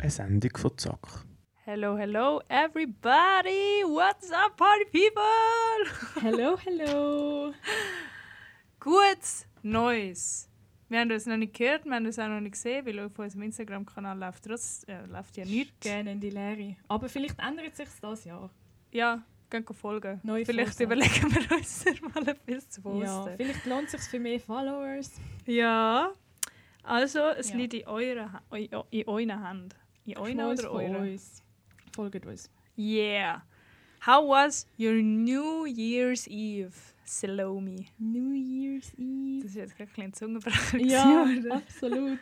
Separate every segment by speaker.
Speaker 1: eine Sendung von Zack.
Speaker 2: Hello, hello, everybody! What's up, party people?
Speaker 3: Hallo, hallo.
Speaker 2: Gutes Neues! Wir haben uns noch nicht gehört, wir haben uns auch noch nicht gesehen, weil auf unserem Instagram-Kanal läuft, trotz, äh, läuft ja nichts.
Speaker 3: Gerne in die Lehre. Aber vielleicht ändert sich das Jahr.
Speaker 2: Ja, gehen wir folgen.
Speaker 3: Neue
Speaker 2: Vielleicht
Speaker 3: Folge.
Speaker 2: überlegen wir uns mal etwas zu
Speaker 3: Ja,
Speaker 2: posten.
Speaker 3: vielleicht lohnt es sich für mehr Followers.
Speaker 2: Ja. Also, es
Speaker 3: Ja.
Speaker 2: liegt in eurer Ha- eu- eu- in euren Hand. In euren
Speaker 3: Folgt
Speaker 2: oder
Speaker 3: von
Speaker 2: euren?
Speaker 3: uns. Folgt uns.
Speaker 2: Yeah. How was your New Year's Eve, Salome?
Speaker 3: New Year's Eve.
Speaker 2: Das ist jetzt gerade ein bisschen Zungenbrecher.
Speaker 3: Ja,
Speaker 2: gewesen, oder?
Speaker 3: absolut.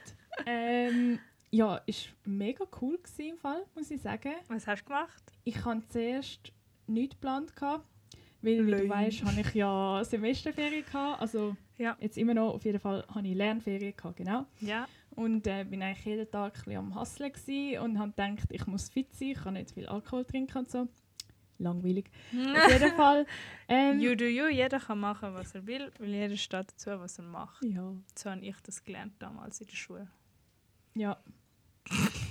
Speaker 3: ähm, ja, ist mega cool gewesen im Fall, muss ich sagen.
Speaker 2: Was hast du gemacht?
Speaker 3: Ich hatte zuerst nichts geplant, gehabt, weil, wie
Speaker 2: Lame.
Speaker 3: du weißt, habe ich ja Semesterferien gehabt. Also
Speaker 2: Ja.
Speaker 3: jetzt immer noch, auf jeden Fall habe ich Lernferien gehabt, genau.
Speaker 2: Ja.
Speaker 3: Und äh, bin eigentlich jeden Tag ein bisschen am Hustlen gewesen und habe gedacht, ich muss fit sein, ich kann nicht viel Alkohol trinken und so. Langweilig. Auf jeden Fall. Ähm,
Speaker 2: You do you, jeder kann machen, was er will, weil jeder steht dazu, was er macht.
Speaker 3: ja.
Speaker 2: So habe ich das gelernt damals in der Schule.
Speaker 3: Ja.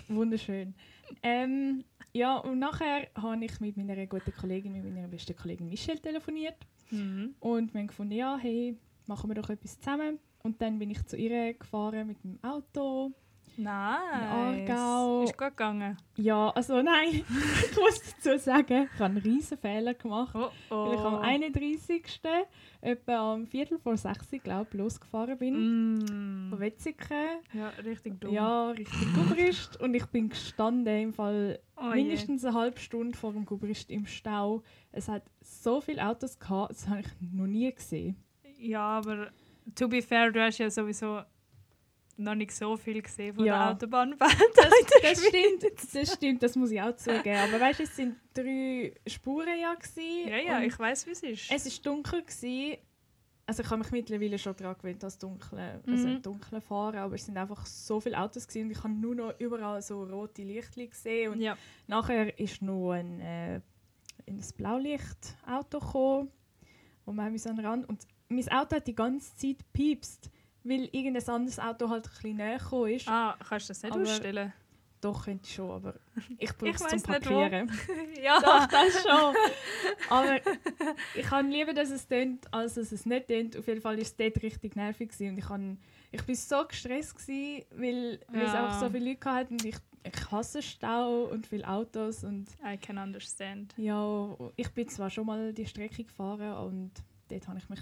Speaker 3: Wunderschön. Ähm, ja, und nachher habe ich mit meiner guten Kollegin, mit meiner besten Kollegin Michelle telefoniert.
Speaker 2: Mhm.
Speaker 3: Und wir haben gefunden, ja, hey, machen wir doch etwas zusammen. Und dann bin ich zu ihr gefahren mit dem Auto.
Speaker 2: Nice.
Speaker 3: Aargau.
Speaker 2: Ist gut gegangen.
Speaker 3: Ja, also nein, ich muss dazu sagen, ich habe einen riesen Fehler gemacht.
Speaker 2: Oh oh.
Speaker 3: Weil ich am 31. etwa am Viertel vor 6 Uhr, glaube ich, losgefahren bin. Von
Speaker 2: Mm.
Speaker 3: Wetzigen.
Speaker 2: Ja, richtig dumm.
Speaker 3: Ja, richtig Gubrist. Und ich bin gestanden im Fall
Speaker 2: Oh je.
Speaker 3: mindestens eine halbe Stunde vor dem Gubrist im Stau. Es hat so viele Autos gehabt, das habe ich noch nie gesehen.
Speaker 2: Ja, aber to be fair, du hast ja sowieso noch nicht so viel gesehen von
Speaker 3: Ja.
Speaker 2: der Autobahnwelt.
Speaker 3: Das stimmt, das stimmt, das muss ich auch zugeben. Aber weißt du, es sind drei Spuren ja gewesen.
Speaker 2: Ja, ja,
Speaker 3: und
Speaker 2: ich weiß, wie es ist.
Speaker 3: Es war dunkel. Gewesen. Also ich habe mich mittlerweile schon daran gewöhnt, dass dunkle, also
Speaker 2: Mhm.
Speaker 3: dunkle fahren, aber es sind einfach so viele Autos gewesen und ich habe nur noch überall so rote Lichtli gesehen und
Speaker 2: ja.
Speaker 3: nachher ist noch ein, äh, ein Blaulichtauto gekommen, wo wir haben so an den Rand und mein Auto hat die ganze Zeit piepst, weil irgendein anderes Auto halt ein bisschen näher gekommen ist.
Speaker 2: Ah, kannst du das nicht
Speaker 3: Aber-
Speaker 2: ausstellen?
Speaker 3: Doch, könnte ich schon, aber ich brauche es zum
Speaker 2: weiss nicht, wo.
Speaker 3: Parkieren.
Speaker 2: ja.
Speaker 3: Doch, das schon. Aber ich kann lieber, dass es tönt, als dass es nicht tönt. Auf jeden Fall war es dort richtig nervig. Gewesen. Und ich, kann, ich bin so gestresst, gewesen, weil, weil es
Speaker 2: Ja.
Speaker 3: auch so viele Leute hatten. Und ich, ich hasse Stau und viele Autos. Und
Speaker 2: I can understand.
Speaker 3: ja, ich bin zwar schon mal die Strecke gefahren und dort habe ich mich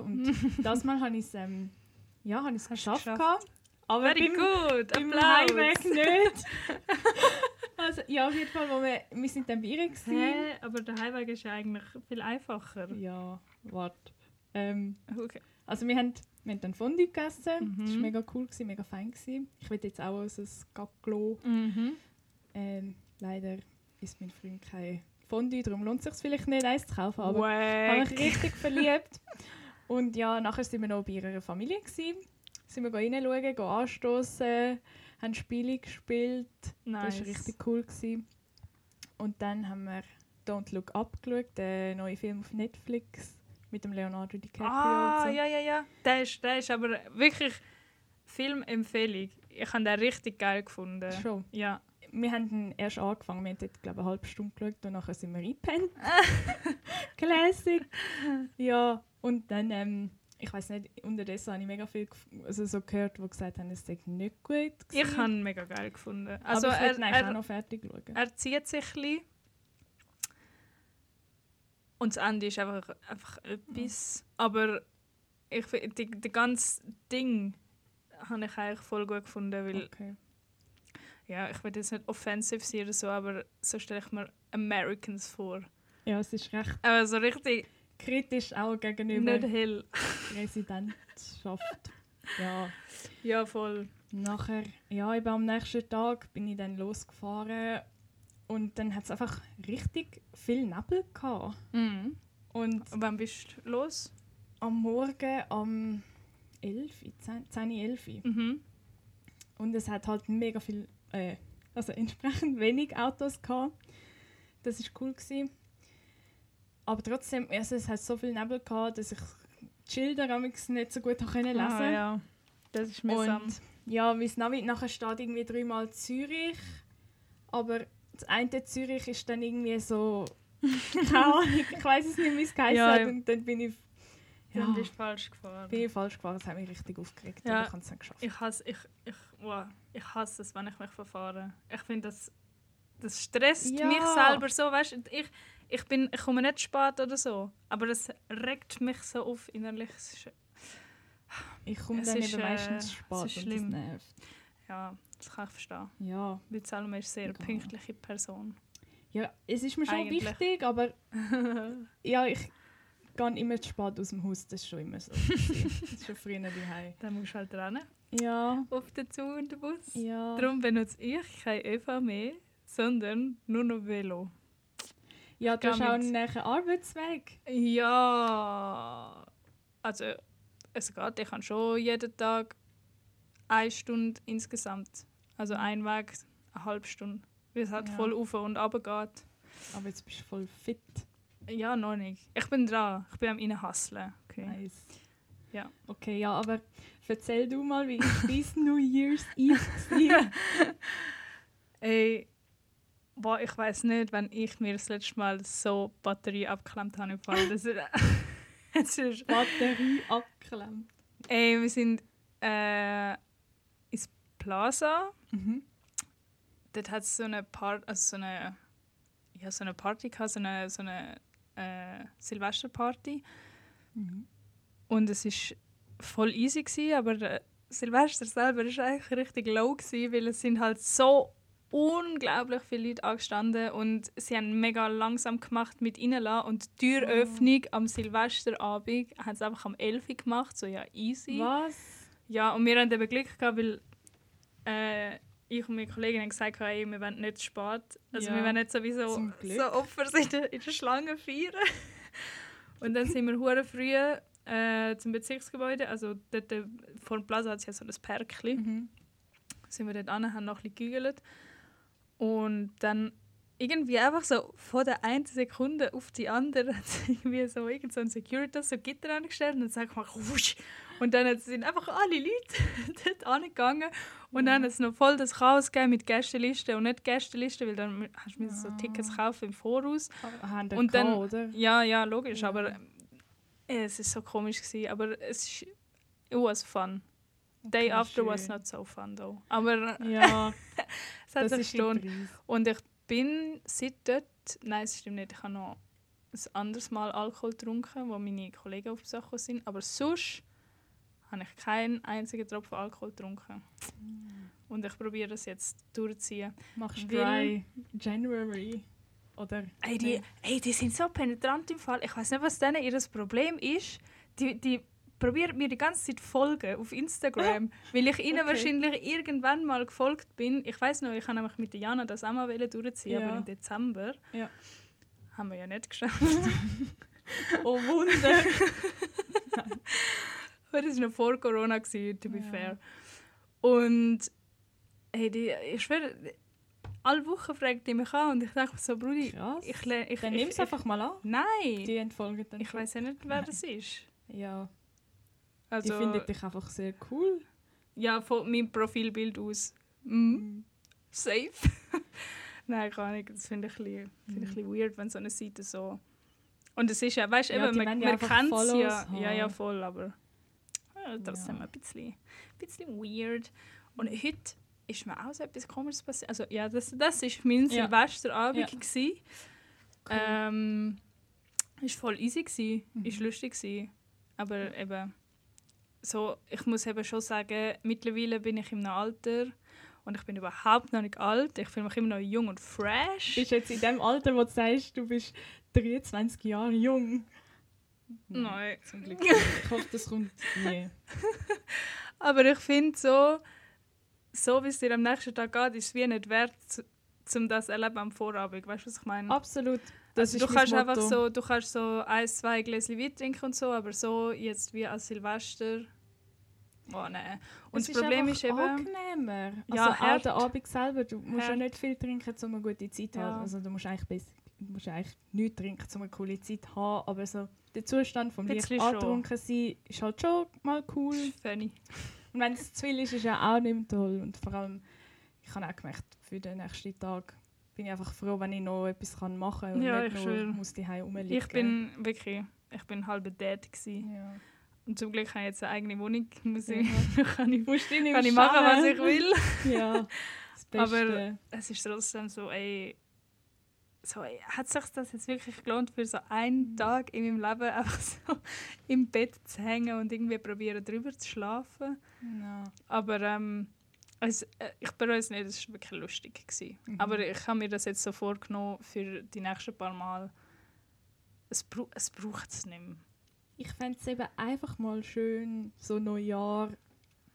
Speaker 3: Und das Mal habe ich es ähm, ja, habe ich es
Speaker 2: Hast du
Speaker 3: geschafft.
Speaker 2: geschafft.
Speaker 3: gehabt. Aber
Speaker 2: Oh, Very
Speaker 3: beim-
Speaker 2: good.
Speaker 3: im
Speaker 2: Applaus.
Speaker 3: Heimweg nicht. also, ja, auf jeden Fall, wo wir, wir sind dann bei ihr. gewesen.
Speaker 2: Hä? Aber der Heimweg ist ja eigentlich viel einfacher.
Speaker 3: Ja, warte. Ähm,
Speaker 2: Okay.
Speaker 3: also wir haben, wir haben dann Fondue gegessen.
Speaker 2: Mhm.
Speaker 3: Das war mega cool, gewesen, mega fein. Gewesen. Ich will jetzt auch so ein Gagglo. Mhm. Ähm, leider ist mein Freund kein Fondue, darum lohnt es sich vielleicht nicht, eins zu kaufen. Aber ich habe mich
Speaker 2: Wack.
Speaker 3: richtig verliebt. Und ja, nachher sind wir noch bei ihrer Familie. Gewesen. Sind wir reinschauen, gehen anstoßen, haben Spiele gespielt.
Speaker 2: Nice.
Speaker 3: Das war richtig cool. Gewesen. Und dann haben wir Don't Look Up geschaut, den neuen Film auf Netflix mit dem Leonardo DiCaprio.
Speaker 2: Ah,
Speaker 3: und so.
Speaker 2: ja, ja, ja. Der ist, der ist aber wirklich Filmempfehlung. Ich habe den richtig geil gefunden.
Speaker 3: Schon.
Speaker 2: Ja.
Speaker 3: Äh, Wir haben ihn erst angefangen, wir haben dort, glaube ich, eine halbe Stunde geschaut und nachher sind wir reingepennt. Classic. Ja, und dann, ähm, ich weiß nicht, unterdessen habe ich mega viel gef- also so gehört, die gesagt haben, es sei nicht gut.
Speaker 2: Ich
Speaker 3: gewesen.
Speaker 2: habe ihn mega geil gefunden. Also
Speaker 3: Aber ich
Speaker 2: er,
Speaker 3: wollte ihn eigentlich auch
Speaker 2: er,
Speaker 3: noch fertig schauen.
Speaker 2: er zieht sich ein bisschen. Und das Ende ist einfach, einfach etwas. Aber ich finde, die- das ganze Ding habe ich eigentlich voll gut gefunden, weil
Speaker 3: okay.
Speaker 2: Ja, ich will jetzt nicht offensiv sein oder so, aber so stelle ich mir Americans vor.
Speaker 3: Ja, es ist recht
Speaker 2: Aber so richtig
Speaker 3: kritisch auch gegenüber
Speaker 2: nicht
Speaker 3: der
Speaker 2: hell.
Speaker 3: Präsidentschaft. Ja.
Speaker 2: Ja, voll.
Speaker 3: Nachher, ja, eben am nächsten Tag bin ich dann losgefahren und dann hat es einfach richtig viel Nebel gehabt. Und
Speaker 2: Und wann bist du los?
Speaker 3: am Morgen am 11, Uhr, 10, 10, 11 Uhr.
Speaker 2: Mhm.
Speaker 3: und es hat halt mega viel, äh, also entsprechend wenig Autos gehabt. Das ist cool gewesen. Aber trotzdem, also es hat so viel Nebel gehabt, dass ich die Schilder amigs nicht so gut habe können lesen.
Speaker 2: Ah, ja. Das ist mühsam.
Speaker 3: Und ja, mein Navi nachher steht irgendwie dreimal Zürich, Aber das eine in Zürich ist dann irgendwie so. Keine Ahnung, ich weiß es nicht, wie es geheißen
Speaker 2: Ja,
Speaker 3: hat.
Speaker 2: ja.
Speaker 3: Und dann bin ich, ja,
Speaker 2: Dann bist du falsch gefahren.
Speaker 3: bin ich falsch gefahren. Das hat mich richtig aufgeregt.
Speaker 2: Ja.
Speaker 3: Aber ich habe es dann geschafft.
Speaker 2: Ich hasse, ich, ich, wow, ich hasse es, wenn ich mich verfahre. Ich finde, das, das stresst
Speaker 3: Ja.
Speaker 2: mich selber so. Weißt, du, ich, ich, bin, ich komme nicht spät oder so, aber es regt mich so auf innerlich. Es ist-
Speaker 3: Ich komme
Speaker 2: Es
Speaker 3: dann
Speaker 2: ist,
Speaker 3: eben
Speaker 2: äh,
Speaker 3: meistens
Speaker 2: es
Speaker 3: spät und
Speaker 2: ist
Speaker 3: das
Speaker 2: schlimm.
Speaker 3: nervt.
Speaker 2: Ja, das kann ich verstehen.
Speaker 3: Ja.
Speaker 2: Weil Salome ist eine sehr
Speaker 3: Egal.
Speaker 2: pünktliche Person.
Speaker 3: ja, es ist mir schon
Speaker 2: Eigentlich.
Speaker 3: wichtig, aber ja, ich gehe immer zu spät aus dem Haus. Das ist schon immer so. gewesen. das ist schon früher daheim.
Speaker 2: Dann musst du halt rennen.
Speaker 3: Ja,
Speaker 2: Auf den Zug und den Bus.
Speaker 3: ja.
Speaker 2: Darum benutze ich kein ÖV mehr, sondern nur noch Velo.
Speaker 3: ja, du
Speaker 2: geh
Speaker 3: hast auch
Speaker 2: mit.
Speaker 3: einen näheren Arbeitsweg.
Speaker 2: Ja, also es geht. Ich kann schon jeden Tag eine Stunde insgesamt. Also ein Weg, eine halbe Stunde. Weil es halt
Speaker 3: Ja.
Speaker 2: voll auf und runter geht.
Speaker 3: Aber jetzt bist du voll fit.
Speaker 2: Ja, noch nicht. Ich bin dran. Ich bin am reinhasseln. Okay.
Speaker 3: Nice.
Speaker 2: Ja.
Speaker 3: Okay, ja, aber erzähl du mal, wie ist dein New Year's Eve war.
Speaker 2: Ey, boah, ich weiß nicht, wenn ich mir das letzte Mal so die Batterie abgeklemmt habe. im Fall. Das ist, das ist
Speaker 3: Batterie abgeklemmt.
Speaker 2: Ey, wir sind äh, ins Plaza.
Speaker 3: Mhm.
Speaker 2: Dort hat es so eine Party, also so eine, ja, so eine Party gehabt, so eine, so eine äh, Silvesterparty.
Speaker 3: Mhm.
Speaker 2: Und es ist voll easy gewesen, aber äh, Silvester selber ist eigentlich richtig low gewesen, weil es sind halt so unglaublich viele Leute angestanden und sie haben mega langsam gemacht mit reinlassen und die Türöffnung am Silvesterabend haben sie einfach am 11 Uhr gemacht, so ja easy.
Speaker 3: Was?
Speaker 2: Ja, und wir haben eben Glück gehabt, weil äh, ich und meine Kollegin haben gesagt, haben, ey, wir wollen nicht spät. Also
Speaker 3: Ja,
Speaker 2: wir wollen nicht sowieso
Speaker 3: zum Glück.
Speaker 2: so Opfer sein in der- in der Schlange feiern. Und dann sind wir hure früh äh, zum Bezirksgebäude, also dort äh, vor dem Plaza hat es ja so ein Parkli
Speaker 3: Mhm.
Speaker 2: sind wir dort an, haben noch ein bisschen gegügelt. Und dann irgendwie einfach so von der einen Sekunde auf die andere hat sich irgendwie so, irgend so ein Securitas so Gitter angestellt und dann sagt man wusch. Und dann hat- sind einfach alle Leute dort angegangen und
Speaker 3: Mhm.
Speaker 2: dann hat es noch voll das Chaos gegeben mit Gästeliste und nicht Gästeliste, weil dann hast du mir
Speaker 3: Ah.
Speaker 2: so Tickets kaufen im Voraus.
Speaker 3: Aber haben wir
Speaker 2: Und dann-
Speaker 3: gehabt, oder?
Speaker 2: Ja, ja, logisch,
Speaker 3: Ja.
Speaker 2: aber äh, es ist so komisch gewesen, aber es ist, it was fun. Day
Speaker 3: Okay,
Speaker 2: after was
Speaker 3: schön.
Speaker 2: not so fun though. Aber
Speaker 3: Ja,
Speaker 2: es hat
Speaker 3: das
Speaker 2: sich
Speaker 3: ist gelohnt.
Speaker 2: gelohnt. Und ich bin seit dort, nein, es stimmt nicht, ich habe noch ein anderes Mal Alkohol getrunken, wo meine Kollegen auf Besuch gekommen sind. Aber sonst habe ich keinen einzigen Tropfen Alkohol getrunken.
Speaker 3: Mm.
Speaker 2: Und ich probiere das jetzt durchzuziehen.
Speaker 3: Machst du
Speaker 2: Weil-
Speaker 3: dry January? Oder?
Speaker 2: Ey, die,
Speaker 3: Nein.
Speaker 2: ey, die sind so penetrant im Fall. Ich weiß nicht, was denen ihr Problem ist. Die, die probieren mir die ganze Zeit folgen auf Instagram, weil ich ihnen
Speaker 3: Okay.
Speaker 2: wahrscheinlich irgendwann mal gefolgt bin. Ich weiß noch, ich habe nämlich mit der Jana das auch mal wollen durchziehen,
Speaker 3: Ja.
Speaker 2: aber im Dezember
Speaker 3: Ja.
Speaker 2: haben wir ja nicht geschafft.
Speaker 3: Oh Wunder!
Speaker 2: Aber das war noch vor Corona, gewesen, to be
Speaker 3: Ja.
Speaker 2: fair. Und hey, die, ich schwöre, alle Wochen fragt die mich an und ich denke mir so, Brudi,
Speaker 3: Krass.
Speaker 2: ich lerne... Ich,
Speaker 3: dann
Speaker 2: ich,
Speaker 3: nimm es
Speaker 2: ich-
Speaker 3: einfach mal an.
Speaker 2: Nein!
Speaker 3: Die entfolgen dann.
Speaker 2: Ich
Speaker 3: schon.
Speaker 2: weiß ja nicht, wer das ist.
Speaker 3: Ja,
Speaker 2: Also,
Speaker 3: die finden dich einfach sehr cool.
Speaker 2: Ja, von meinem Profilbild aus.
Speaker 3: Mhm.
Speaker 2: Mm,
Speaker 3: Hm?
Speaker 2: safe. Nein, keine Ahnung. Das finde ich, ein
Speaker 3: Mhm.
Speaker 2: bisschen- finde ich ein bisschen weird, wenn so eine Seite so. Und es ist ja, weißt du,
Speaker 3: Ja,
Speaker 2: eben,
Speaker 3: die
Speaker 2: man,
Speaker 3: wollen ja
Speaker 2: man
Speaker 3: einfach
Speaker 2: kennt es ja.
Speaker 3: Follows
Speaker 2: Ja, ja,
Speaker 3: haben.
Speaker 2: voll, aber ja, trotzdem
Speaker 3: Ja.
Speaker 2: ein bisschen, bisschen weird. Und heute ist mir auch so etwas Komisches passiert. Also, ja, das, das war mein
Speaker 3: Ja.
Speaker 2: Silvesterabend.
Speaker 3: Ja.
Speaker 2: Gewesen.
Speaker 3: Cool.
Speaker 2: Ähm, ist voll easy gsi, ist
Speaker 3: Mhm.
Speaker 2: lustig gsi, aber eben so, ich muss eben schon sagen, mittlerweile bin ich im Alter und ich bin überhaupt noch nicht alt. Ich fühle mich immer noch jung und fresh.
Speaker 3: Bist du jetzt in dem Alter, wo du sagst, du bist 23 Jahre jung?
Speaker 2: Nein.
Speaker 3: Zum Glück. nicht. Ich hoffe, das kommt nie.
Speaker 2: Aber ich finde so, so wie es dir am nächsten Tag geht, ist es wie nicht wert, zu- zum das erleben am Vorabend. Weißt du, was ich meine?
Speaker 3: Absolut. Das
Speaker 2: Also du
Speaker 3: ist mein
Speaker 2: kannst einfach
Speaker 3: Motto.
Speaker 2: so, du kannst so ein, zwei Gläschen Wein trinken und so, aber so jetzt wie an Silvester. Oh nein. Und
Speaker 3: Es
Speaker 2: das Problem
Speaker 3: einfach
Speaker 2: ist eben.
Speaker 3: angenehmer.
Speaker 2: Ja,
Speaker 3: also auch
Speaker 2: hart.
Speaker 3: den Abend selber. Du musst ja
Speaker 2: Hart.
Speaker 3: nicht viel trinken, um eine gute Zeit zu
Speaker 2: Ja.
Speaker 3: haben. Also du musst eigentlich, besser, du musst eigentlich nichts trinken, um eine coole Zeit zu haben. Aber so der Zustand vom Licht
Speaker 2: Bisschen schon.
Speaker 3: angetrunken sein ist halt schon mal cool.
Speaker 2: Funny.
Speaker 3: Und wenn es zu viel ist, ist ja auch nicht mehr toll. Und vor allem, ich habe auch gemerkt, für den nächsten Tag bin ich einfach froh, wenn ich noch etwas kann machen kann und
Speaker 2: Ja,
Speaker 3: nicht
Speaker 2: ich
Speaker 3: nur
Speaker 2: schwöre.
Speaker 3: muss die rumliegen.
Speaker 2: Ich bin wirklich, ich bin halb dead gewesen.
Speaker 3: Ja.
Speaker 2: Und zum Glück habe ich jetzt eine eigene Wohnung. Muss ich,
Speaker 3: Ja.
Speaker 2: kann ich,
Speaker 3: Musst dich nicht
Speaker 2: kann ich machen, was ich
Speaker 3: schämen.
Speaker 2: will.
Speaker 3: Ja, das Beste.
Speaker 2: Es ist trotzdem so, ey, so, ey, hat sich das jetzt wirklich gelohnt, für so
Speaker 3: Mhm.
Speaker 2: einen Tag in meinem Leben einfach so im Bett zu hängen und irgendwie probieren, drüber zu schlafen?
Speaker 3: Ja.
Speaker 2: Aber ähm, es, äh, ich bereue es nicht, es war wirklich lustig. Gewesen.
Speaker 3: Mhm.
Speaker 2: Aber ich habe mir das jetzt so vorgenommen für die nächsten paar Mal. Es, bra es braucht es nicht mehr.
Speaker 3: Ich fände es eben einfach mal schön, so Neujahr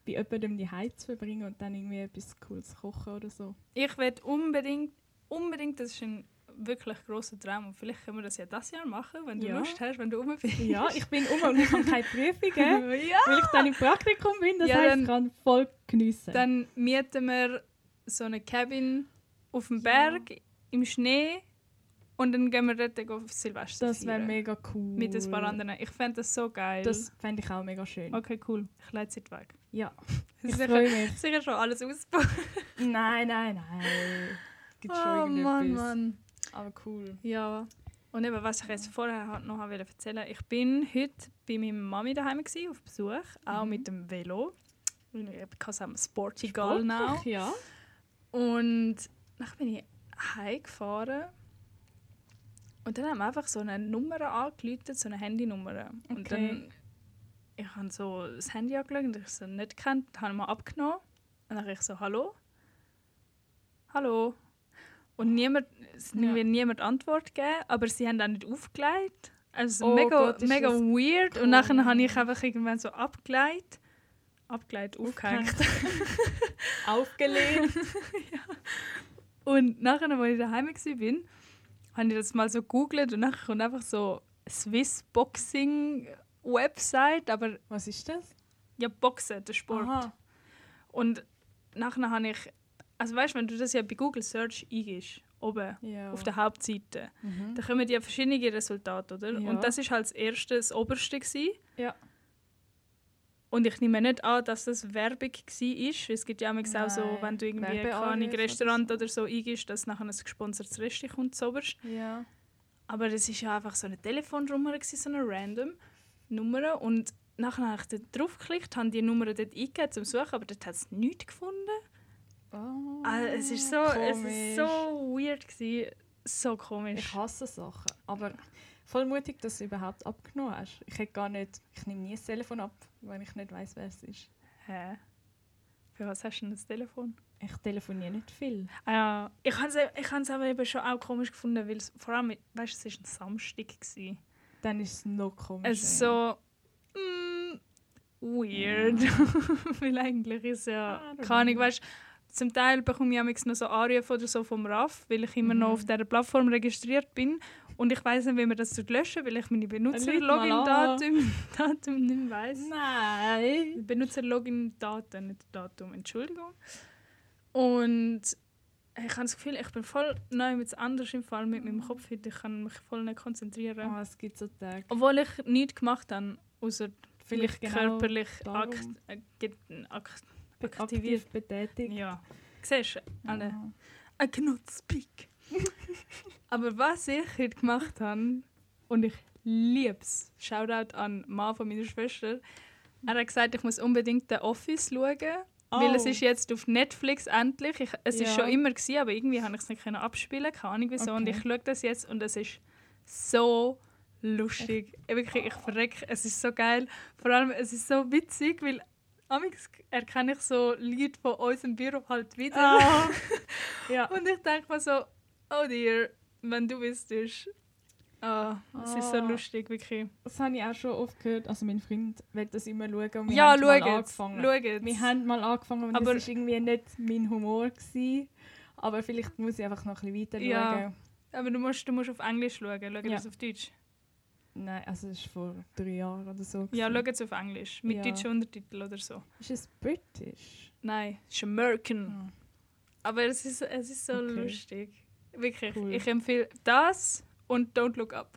Speaker 3: bei jemandem die Heiz zu verbringen und dann irgendwie etwas Cooles kochen oder so.
Speaker 2: Ich werde unbedingt, unbedingt, das ist ein wirklich großer Traum und vielleicht können wir das ja das Jahr machen, wenn du
Speaker 3: Ja.
Speaker 2: Lust hast, wenn du rum bist.
Speaker 3: Ja, ich bin um und ich habe keine Prüfungen,
Speaker 2: ja.
Speaker 3: weil ich dann im Praktikum bin. Das
Speaker 2: Ja,
Speaker 3: heisst,
Speaker 2: dann-
Speaker 3: ich kann voll geniessen.
Speaker 2: Dann mieten wir so eine Cabin auf dem
Speaker 3: Ja.
Speaker 2: Berg im Schnee und dann gehen wir dort auf Silvester
Speaker 3: das wäre
Speaker 2: feiern.
Speaker 3: mega cool.
Speaker 2: mit ein paar anderen. Ich fände das so geil.
Speaker 3: Das fände ich auch mega schön.
Speaker 2: okay, cool. Ich leite es jetzt weg.
Speaker 3: Ja, ich
Speaker 2: Sicher,
Speaker 3: freue mich.
Speaker 2: sicher schon alles ausbauen.
Speaker 3: Nein, nein, nein. Gibt
Speaker 2: Oh,
Speaker 3: schon irgendetwas. Aber cool.
Speaker 2: Ja. Und eben, was ich jetzt vorher halt noch wollte erzählen wollte, ich bin heute bei meiner Mami daheim gewesen, auf Besuch, auch
Speaker 3: Mhm.
Speaker 2: mit dem Velo. Because I'm sporty girl now.
Speaker 3: Sportlich, Ja.
Speaker 2: Und dann bin ich heimgefahren. Und dann haben wir einfach so eine Nummer angeläutet, so eine Handynummer. Und
Speaker 3: Okay.
Speaker 2: dann ich habe so das Handy angeschaut und ich es nicht kennt, habe ich mal abgenommen. Und dann habe ich so «Hallo?» «Hallo?» Und niemand, es hat
Speaker 3: Ja.
Speaker 2: mir niemand Antwort gegeben, aber sie haben auch nicht aufgelegt. Also
Speaker 3: Oh
Speaker 2: mega,
Speaker 3: Gott, ist
Speaker 2: mega
Speaker 3: das
Speaker 2: weird. Und nachher habe ich
Speaker 3: komisch.
Speaker 2: einfach irgendwann so abgelegt. Abgelegt, aufgehängt.
Speaker 3: Aufgelegt.
Speaker 2: Und nachher, als ich daheim war, habe ich das mal so gegoogelt und nachher kommt einfach so Swiss Boxing Website, aber
Speaker 3: Was ist das?
Speaker 2: ja, Boxen, der Sport.
Speaker 3: Aha.
Speaker 2: Und nachher habe ich, also weißt du, wenn du das ja bei Google Search eingibst, oben
Speaker 3: Ja.
Speaker 2: auf der Hauptseite,
Speaker 3: mhm.
Speaker 2: da kommen ja verschiedene Resultate, oder?
Speaker 3: Ja.
Speaker 2: Und das ist halt das erste, das oberste gewesen.
Speaker 3: Ja.
Speaker 2: Und ich nehme nicht an, dass das Werbung war. Es gibt ja manchmal auch so,
Speaker 3: Nein,
Speaker 2: wenn du irgendwie keine Ahnung,
Speaker 3: Werbeanrufe oder
Speaker 2: Restaurant
Speaker 3: so.
Speaker 2: oder so eingibst, dass nachher ein gesponsertes Resti kommt, zuoberst.
Speaker 3: Ja.
Speaker 2: Aber das war ja einfach so eine Telefonnummer, gewesen, so eine random Nummer. Und nachher habe ich dort draufgeklickt, habe die Nummer dort eingegeben zum Suchen, aber dort hat es nichts gefunden.
Speaker 3: Oh,
Speaker 2: Also, es ist so, es ist so weird, gewesen. so
Speaker 3: Ich
Speaker 2: komisch.
Speaker 3: hasse Sachen. Aber voll mutig, dass du überhaupt abgenommen hast. Ich hätte gar nicht. Ich nehme nie das Telefon ab, wenn ich nicht weiß, wer es ist.
Speaker 2: Hä? Für was hast du denn das Telefon?
Speaker 3: Ich telefoniere nicht viel.
Speaker 2: Ah Ja, ich habe es ich hab's aber eben schon auch komisch gefunden, weil es- vor allem, weißt du, es war ein Samstag. Gewesen.
Speaker 3: Dann ist es noch komisch.
Speaker 2: Es ist so mm, weird. Weil eigentlich ist
Speaker 3: I
Speaker 2: ja
Speaker 3: don't
Speaker 2: keine Ahnung,
Speaker 3: know.
Speaker 2: weißt zum Teil bekomme ich manchmal noch so Anrufe oder so vom RAF, weil ich immer noch
Speaker 3: Mhm.
Speaker 2: auf dieser Plattform registriert bin. Und ich weiß nicht, wie man das tut löschen weil ich meine
Speaker 3: Dann lüt mal an.
Speaker 2: Benutzer-Login-Datum Datum nicht weiß.
Speaker 3: Nein!
Speaker 2: Benutzer-Login-Daten, nicht Datum, Entschuldigung. Und ich habe das Gefühl, ich bin voll neu mit anders im Fall mit
Speaker 3: Mhm.
Speaker 2: meinem Kopf heute. Ich kann mich voll nicht konzentrieren.
Speaker 3: Oh, es gibt so Tage.
Speaker 2: Obwohl ich nichts gemacht habe, außer vielleicht körperlich
Speaker 3: genau darum.
Speaker 2: akt, äh, ge- akt,
Speaker 3: be-
Speaker 2: aktiviert.
Speaker 3: aktiv betätigt.
Speaker 2: Ja. Ah, ne. Siehst du? Alle.
Speaker 3: Ja.
Speaker 2: I cannot speak. Aber was ich heute gemacht habe, und ich liebe es, Shoutout an den Mann von meiner Schwester, er hat gesagt, ich muss unbedingt den Office schauen. Weil es
Speaker 3: Oh.
Speaker 2: ist jetzt auf Netflix endlich. Ich, es ist
Speaker 3: Ja.
Speaker 2: schon immer gewesen, aber irgendwie habe ich es nicht können abspielen, keine Ahnung wieso. Und
Speaker 3: Okay.
Speaker 2: ich schaue das jetzt und es ist so lustig. Äh, Wirklich, ich verrecke. Es ist so geil. Vor allem, es ist so witzig, weil amigs erkenne ich so Leute von unserem Büro halt wieder.
Speaker 3: Ah. ja.
Speaker 2: Und ich denke mir so, oh dear, wenn du wüsstest. Ah, es ist so
Speaker 3: Ah.
Speaker 2: lustig, wirklich.
Speaker 3: Das habe ich auch schon oft gehört. Also mein Freund will das immer schauen. Und wir
Speaker 2: ja,
Speaker 3: haben mal
Speaker 2: schaut.
Speaker 3: angefangen.
Speaker 2: Schaut.
Speaker 3: Wir haben mal angefangen und
Speaker 2: Aber-
Speaker 3: das war irgendwie nicht mein Humor. Gewesen. Aber vielleicht muss ich einfach noch ein bisschen weiter
Speaker 2: Ja.
Speaker 3: schauen.
Speaker 2: Aber du musst, du musst auf Englisch schauen. Schau
Speaker 3: Ja.
Speaker 2: das auf Deutsch.
Speaker 3: Nein, also es ist vor drei Jahren oder so.
Speaker 2: Ja, schau
Speaker 3: gewesen.
Speaker 2: es auf Englisch. Mit
Speaker 3: Ja.
Speaker 2: deutschen Untertiteln oder so.
Speaker 3: Ist es britisch?
Speaker 2: Nein, es ist American.
Speaker 3: Ah.
Speaker 2: Aber es ist, es ist so
Speaker 3: Okay.
Speaker 2: lustig. Wirklich.
Speaker 3: Cool.
Speaker 2: Ich empfehle das und Don't Look Up.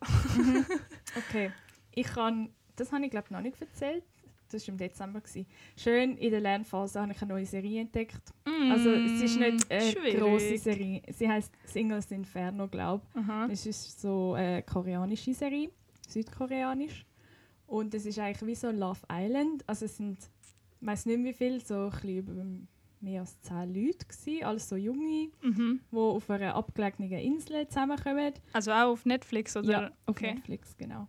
Speaker 3: Okay. Ich kann, das habe ich glaube noch nicht erzählt. das war im Dezember. Gewesen. Schön in der Lernphase habe ich eine neue Serie entdeckt.
Speaker 2: Mm,
Speaker 3: Also es ist nicht eine
Speaker 2: schwierig.
Speaker 3: große Serie. Sie heißt Singles Inferno, glaube
Speaker 2: Aha.
Speaker 3: es ist so eine koreanische Serie, südkoreanisch. Und es ist eigentlich wie so Love Island. Also es sind, ich weiß nicht wie viel, so ein bisschen über mehr als zehn Leute gewesen, alles so junge,
Speaker 2: Mhm.
Speaker 3: die auf einer abgelegenen Insel zusammenkommen.
Speaker 2: Also auch auf Netflix oder?
Speaker 3: ja, auf
Speaker 2: okay.
Speaker 3: Netflix, genau.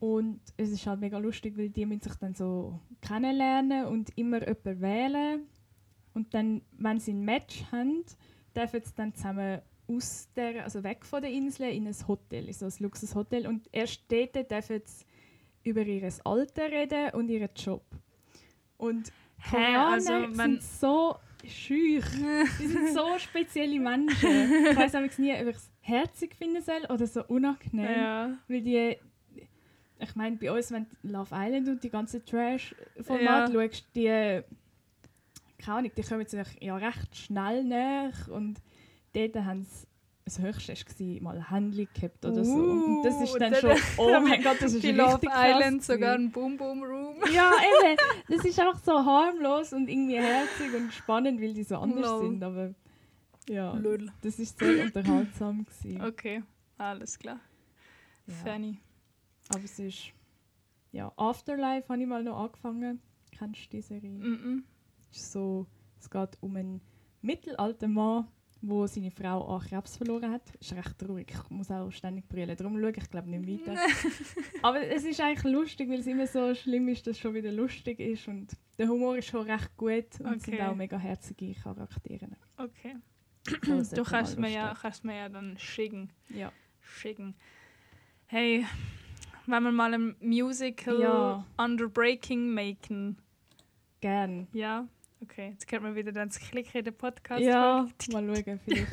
Speaker 3: Und es ist halt mega lustig, weil die müssen sich dann so kennenlernen und immer jemanden wählen. Und dann, wenn sie ein Match haben, dürfen sie dann zusammen aus der, also weg von der Insel in ein Hotel, in so ein Luxushotel. Und erst dort dürfen sie über ihr Alter reden und ihren Job. Und die
Speaker 2: Hä,
Speaker 3: Koreaner
Speaker 2: also wenn-
Speaker 3: sind so schüch. Sie sind so spezielle Menschen. Ich weiß nämlich nie, ob ich es herzig finden soll oder so unangenehm.
Speaker 2: Ja.
Speaker 3: Weil die, ich meine, bei uns, wenn du Love Island und die ganzen
Speaker 2: Ja.
Speaker 3: Trash-Formate schaust, die, keine Ahnung, die kommen sich ja recht schnell nach und dort haben sie das Höchste war gewesen, mal Handy gehabt oder so. Und das ist
Speaker 2: Uh,
Speaker 3: dann
Speaker 2: da-
Speaker 3: schon, oh mein Gott, das ist
Speaker 2: Die
Speaker 3: richtig
Speaker 2: Love
Speaker 3: krass
Speaker 2: Island, sogar
Speaker 3: gewesen.
Speaker 2: ein Boom Boom Room.
Speaker 3: Ja, eben. Das ist einfach so harmlos und irgendwie herzig und spannend, weil die so anders
Speaker 2: Lol.
Speaker 3: sind, aber ja,
Speaker 2: Lol.
Speaker 3: das ist sehr unterhaltsam gewesen.
Speaker 2: Okay, alles klar.
Speaker 3: Ja.
Speaker 2: Fanny.
Speaker 3: Aber es ist. Ja, Afterlife habe ich mal noch angefangen. Kennst du die Serie?
Speaker 2: Mhm.
Speaker 3: Es ist So, es geht um einen mittelalten Mann, der seine Frau an Krebs verloren hat. Ist recht traurig. Ich muss auch ständig brüllen. Darum schaue ich, glaube nicht weiter. Aber es ist eigentlich lustig, weil es immer so schlimm ist, dass es schon wieder lustig ist. Und der Humor ist schon recht gut. Und es sind
Speaker 2: Okay.
Speaker 3: auch mega herzige Charaktere.
Speaker 2: Okay.
Speaker 3: So, das
Speaker 2: Du
Speaker 3: sollte man
Speaker 2: kannst
Speaker 3: mal
Speaker 2: mir, ja,
Speaker 3: schauen.
Speaker 2: kannst mir ja dann schicken.
Speaker 3: Ja.
Speaker 2: schicken. Hey, wenn wir mal ein Musical
Speaker 3: Ja.
Speaker 2: Under Breaking machen.
Speaker 3: Gern.
Speaker 2: Ja, okay. Jetzt kennt man wieder dann das Klicken in den Podcast.
Speaker 3: Ja, mal schauen. Vielleicht.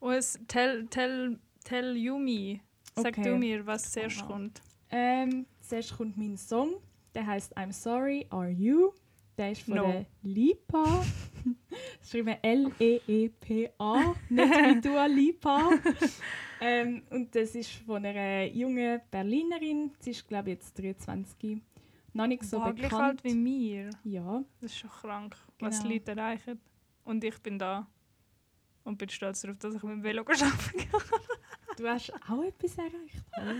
Speaker 2: Was, tell, tell, tell you me. Sag
Speaker 3: Okay.
Speaker 2: du mir, was zuerst
Speaker 3: Aha.
Speaker 2: kommt.
Speaker 3: Ähm, zuerst kommt mein Song, der heißt I'm Sorry, Are You? Der ist von
Speaker 2: No.
Speaker 3: der Lipa. Das schreibt man E L-E-E-P-A, nicht wie Dua Lipa. ähm, und das ist von einer jungen Berlinerin. Sie ist, glaube ich, jetzt 23. Noch nicht so
Speaker 2: Boah, gleich
Speaker 3: bekannt.
Speaker 2: alt halt wie mir.
Speaker 3: ja,
Speaker 2: Das ist schon krank, was
Speaker 3: Genau.
Speaker 2: Leute erreichen. Und ich bin da. Und bin stolz darauf, dass ich mit dem Velo arbeiten kann.
Speaker 3: du hast auch etwas erreicht. Hallo.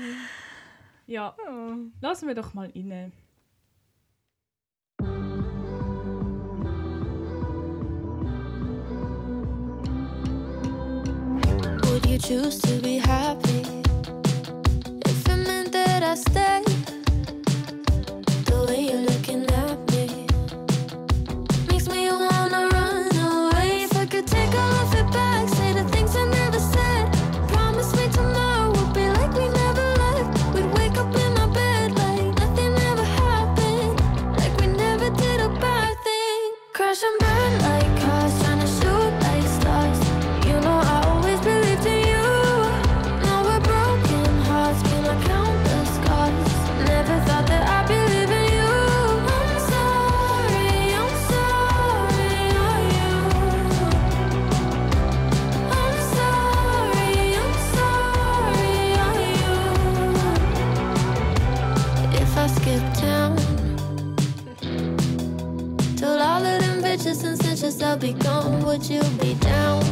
Speaker 3: Ja,
Speaker 2: Oh.
Speaker 3: lassen wir doch mal rein.
Speaker 1: Would you choose to be happy if it meant that I stayed? The way you're looking at me makes me wanna run away. If I could take all of it back, say the things I never said. Promise me tomorrow would be like we never left. We'd wake up in my bed like nothing ever happened, like we never did a bad thing. Crash and burn like cars, trying to shoot like stars. You know I always believed in you. Now we're broken hearts, can I count the scars? Never thought that I'd believe in you. I'm sorry, I'm sorry, are you? I'm sorry, I'm sorry, are you? If I skip town. Till all of them bitches and snitches I'll be gone, would you be down?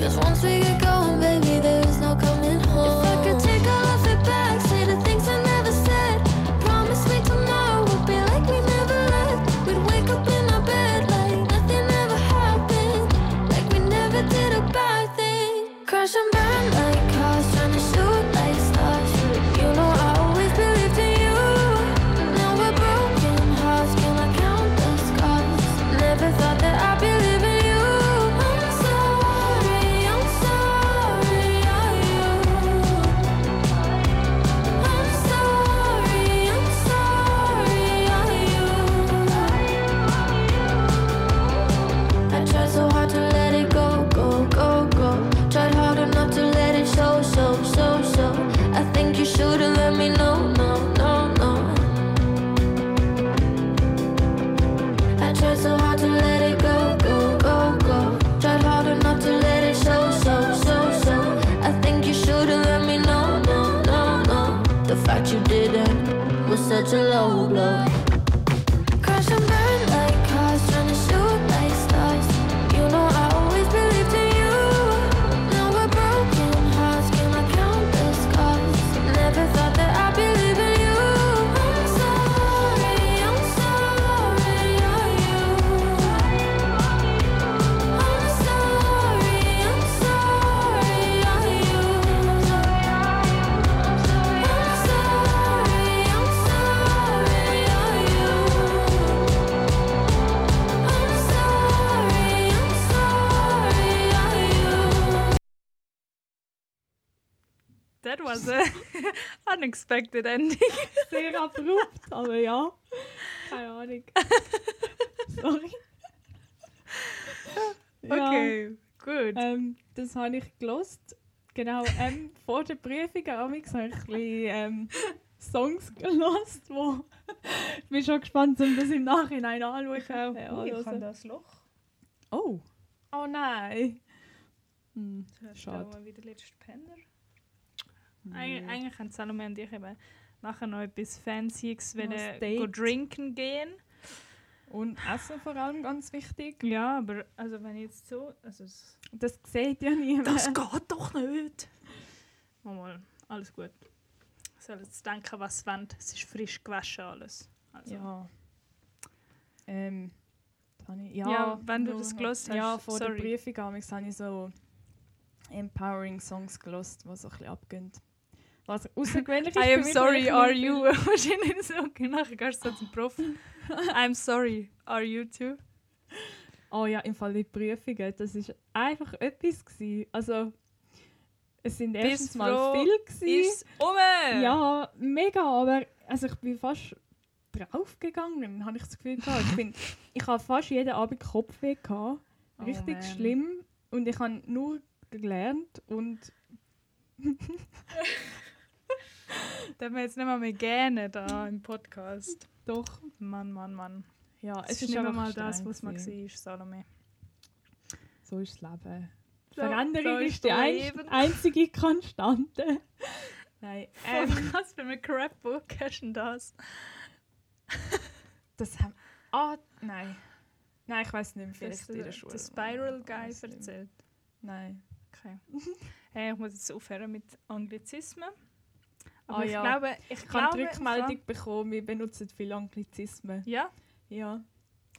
Speaker 1: Cause once we get going, baby, there is no coming home. If I could take all of it back, say the things I never said. Promise me tomorrow would be like we never left. We'd wake up in our bed like nothing ever happened. Like we never did a bad thing. Crash and burn like cars, trying to shoot like stars. You know I always believed in you. Now we're broken hearts, can I count the scars? Never thought that I'd believe in you. I'm sorry, I'm sorry. such a low blow. Crash and burn like cars, trying to shoot like stars. You know I always believed in you. Now we're broken hearts, can I count the scars? Never thought that I'd believe in you. I'm sorry, I'm sorry, are you? I'm sorry, I'm sorry, are you? I'm sorry, I'm sorry, are you? I'm sorry, I'm sorry, are you?
Speaker 2: That was a unexpected ending.
Speaker 3: Sehr abrupt, aber ja. Keine Ahnung. Sorry. Ja,
Speaker 2: Okay, gut.
Speaker 3: ähm, das habe ich gelost. Genau, ähm, vor der Prüfung habe ich ein bisschen, ähm, Songs gelost, wo ich bin schon gespannt, um das im Nachhinein anzuschauen. äh,
Speaker 4: Ui, ich habe
Speaker 3: anhören.
Speaker 4: das Loch.
Speaker 3: oh. Oh nein. Hm,
Speaker 4: Das ist
Speaker 3: Schade.
Speaker 4: auch mal wieder der letzte Penner.
Speaker 2: Eig eigentlich haben Salome und ich eben nachher noch etwas Fancyes
Speaker 3: Noch ein
Speaker 2: wollen
Speaker 3: Date.
Speaker 2: go trinken gehen.
Speaker 3: Und Essen vor allem ganz wichtig.
Speaker 2: Ja, aber also wenn ich jetzt so. Also es
Speaker 3: Das sieht ja niemand.
Speaker 2: geht doch nicht! Mal, Oh, mal, alles gut. Ich soll jetzt denken, was sie wollen. Es ist frisch gewaschen alles. Also.
Speaker 3: Ja. Ähm, das habe ich, ja,
Speaker 2: Ja, wenn du
Speaker 3: nur
Speaker 2: das
Speaker 3: noch-
Speaker 2: gelost hast,
Speaker 3: Ja, vor
Speaker 2: sorry.
Speaker 3: der Prüfung damals habe ich so empowering Songs gelost, die so ein bisschen abgehen. Was außergewöhnlich ist
Speaker 2: I
Speaker 3: für
Speaker 2: am
Speaker 3: mich,
Speaker 2: sorry,
Speaker 3: weil
Speaker 2: are
Speaker 3: ich nicht
Speaker 2: you? Wahrscheinlich so. Okay, nachher gehst du so zum Prof. I'm sorry, are you too?
Speaker 3: viel- Oh ja, im Fall die Prüfungen, das ist einfach etwas gewesen. Also, es sind
Speaker 2: Bist
Speaker 3: erstens mal
Speaker 2: froh,
Speaker 3: viel gewesen.
Speaker 2: Ist um!
Speaker 3: Ja, mega, aber also ich bin fast draufgegangen, habe ich das Gefühl gehabt. Ich, bin, ich habe fast jeden Abend Kopfweh gehabt.
Speaker 2: Oh,
Speaker 3: Richtig
Speaker 2: man.
Speaker 3: schlimm. Und ich habe nur gelernt und
Speaker 2: Dann wir jetzt nicht mal mehr gerne da im Podcast.
Speaker 3: doch,
Speaker 2: Mann, Mann, Mann.
Speaker 3: ja,
Speaker 2: Es ist nicht mehr mal das, was man war, Salome.
Speaker 3: So ist das Leben.
Speaker 2: So- so
Speaker 3: Veränderung ist
Speaker 2: ist
Speaker 3: die
Speaker 2: das
Speaker 3: ein,
Speaker 2: Leben.
Speaker 3: einzige Konstante. Nein,
Speaker 2: Ähm,
Speaker 3: ähm,
Speaker 2: was für ein Crapbook hast du denn das?
Speaker 3: das haben... Ah, nein. Nein, ich weiß nicht mehr,
Speaker 2: Das,
Speaker 3: vielleicht in äh, der
Speaker 2: das,
Speaker 3: Schule.
Speaker 2: das Spiral Guy
Speaker 3: Weiss nicht mehr.
Speaker 2: erzählt.
Speaker 3: Nein.
Speaker 2: Okay. hey, ich muss jetzt aufhören mit Anglizismen. Aber
Speaker 3: Ah,
Speaker 2: ich
Speaker 3: ja.
Speaker 2: glaube, ich,
Speaker 3: Ich habe die
Speaker 2: glaube,
Speaker 3: Rückmeldung bekommen, wir benutzen viele Anglizismen.
Speaker 2: Ja?
Speaker 3: Ja.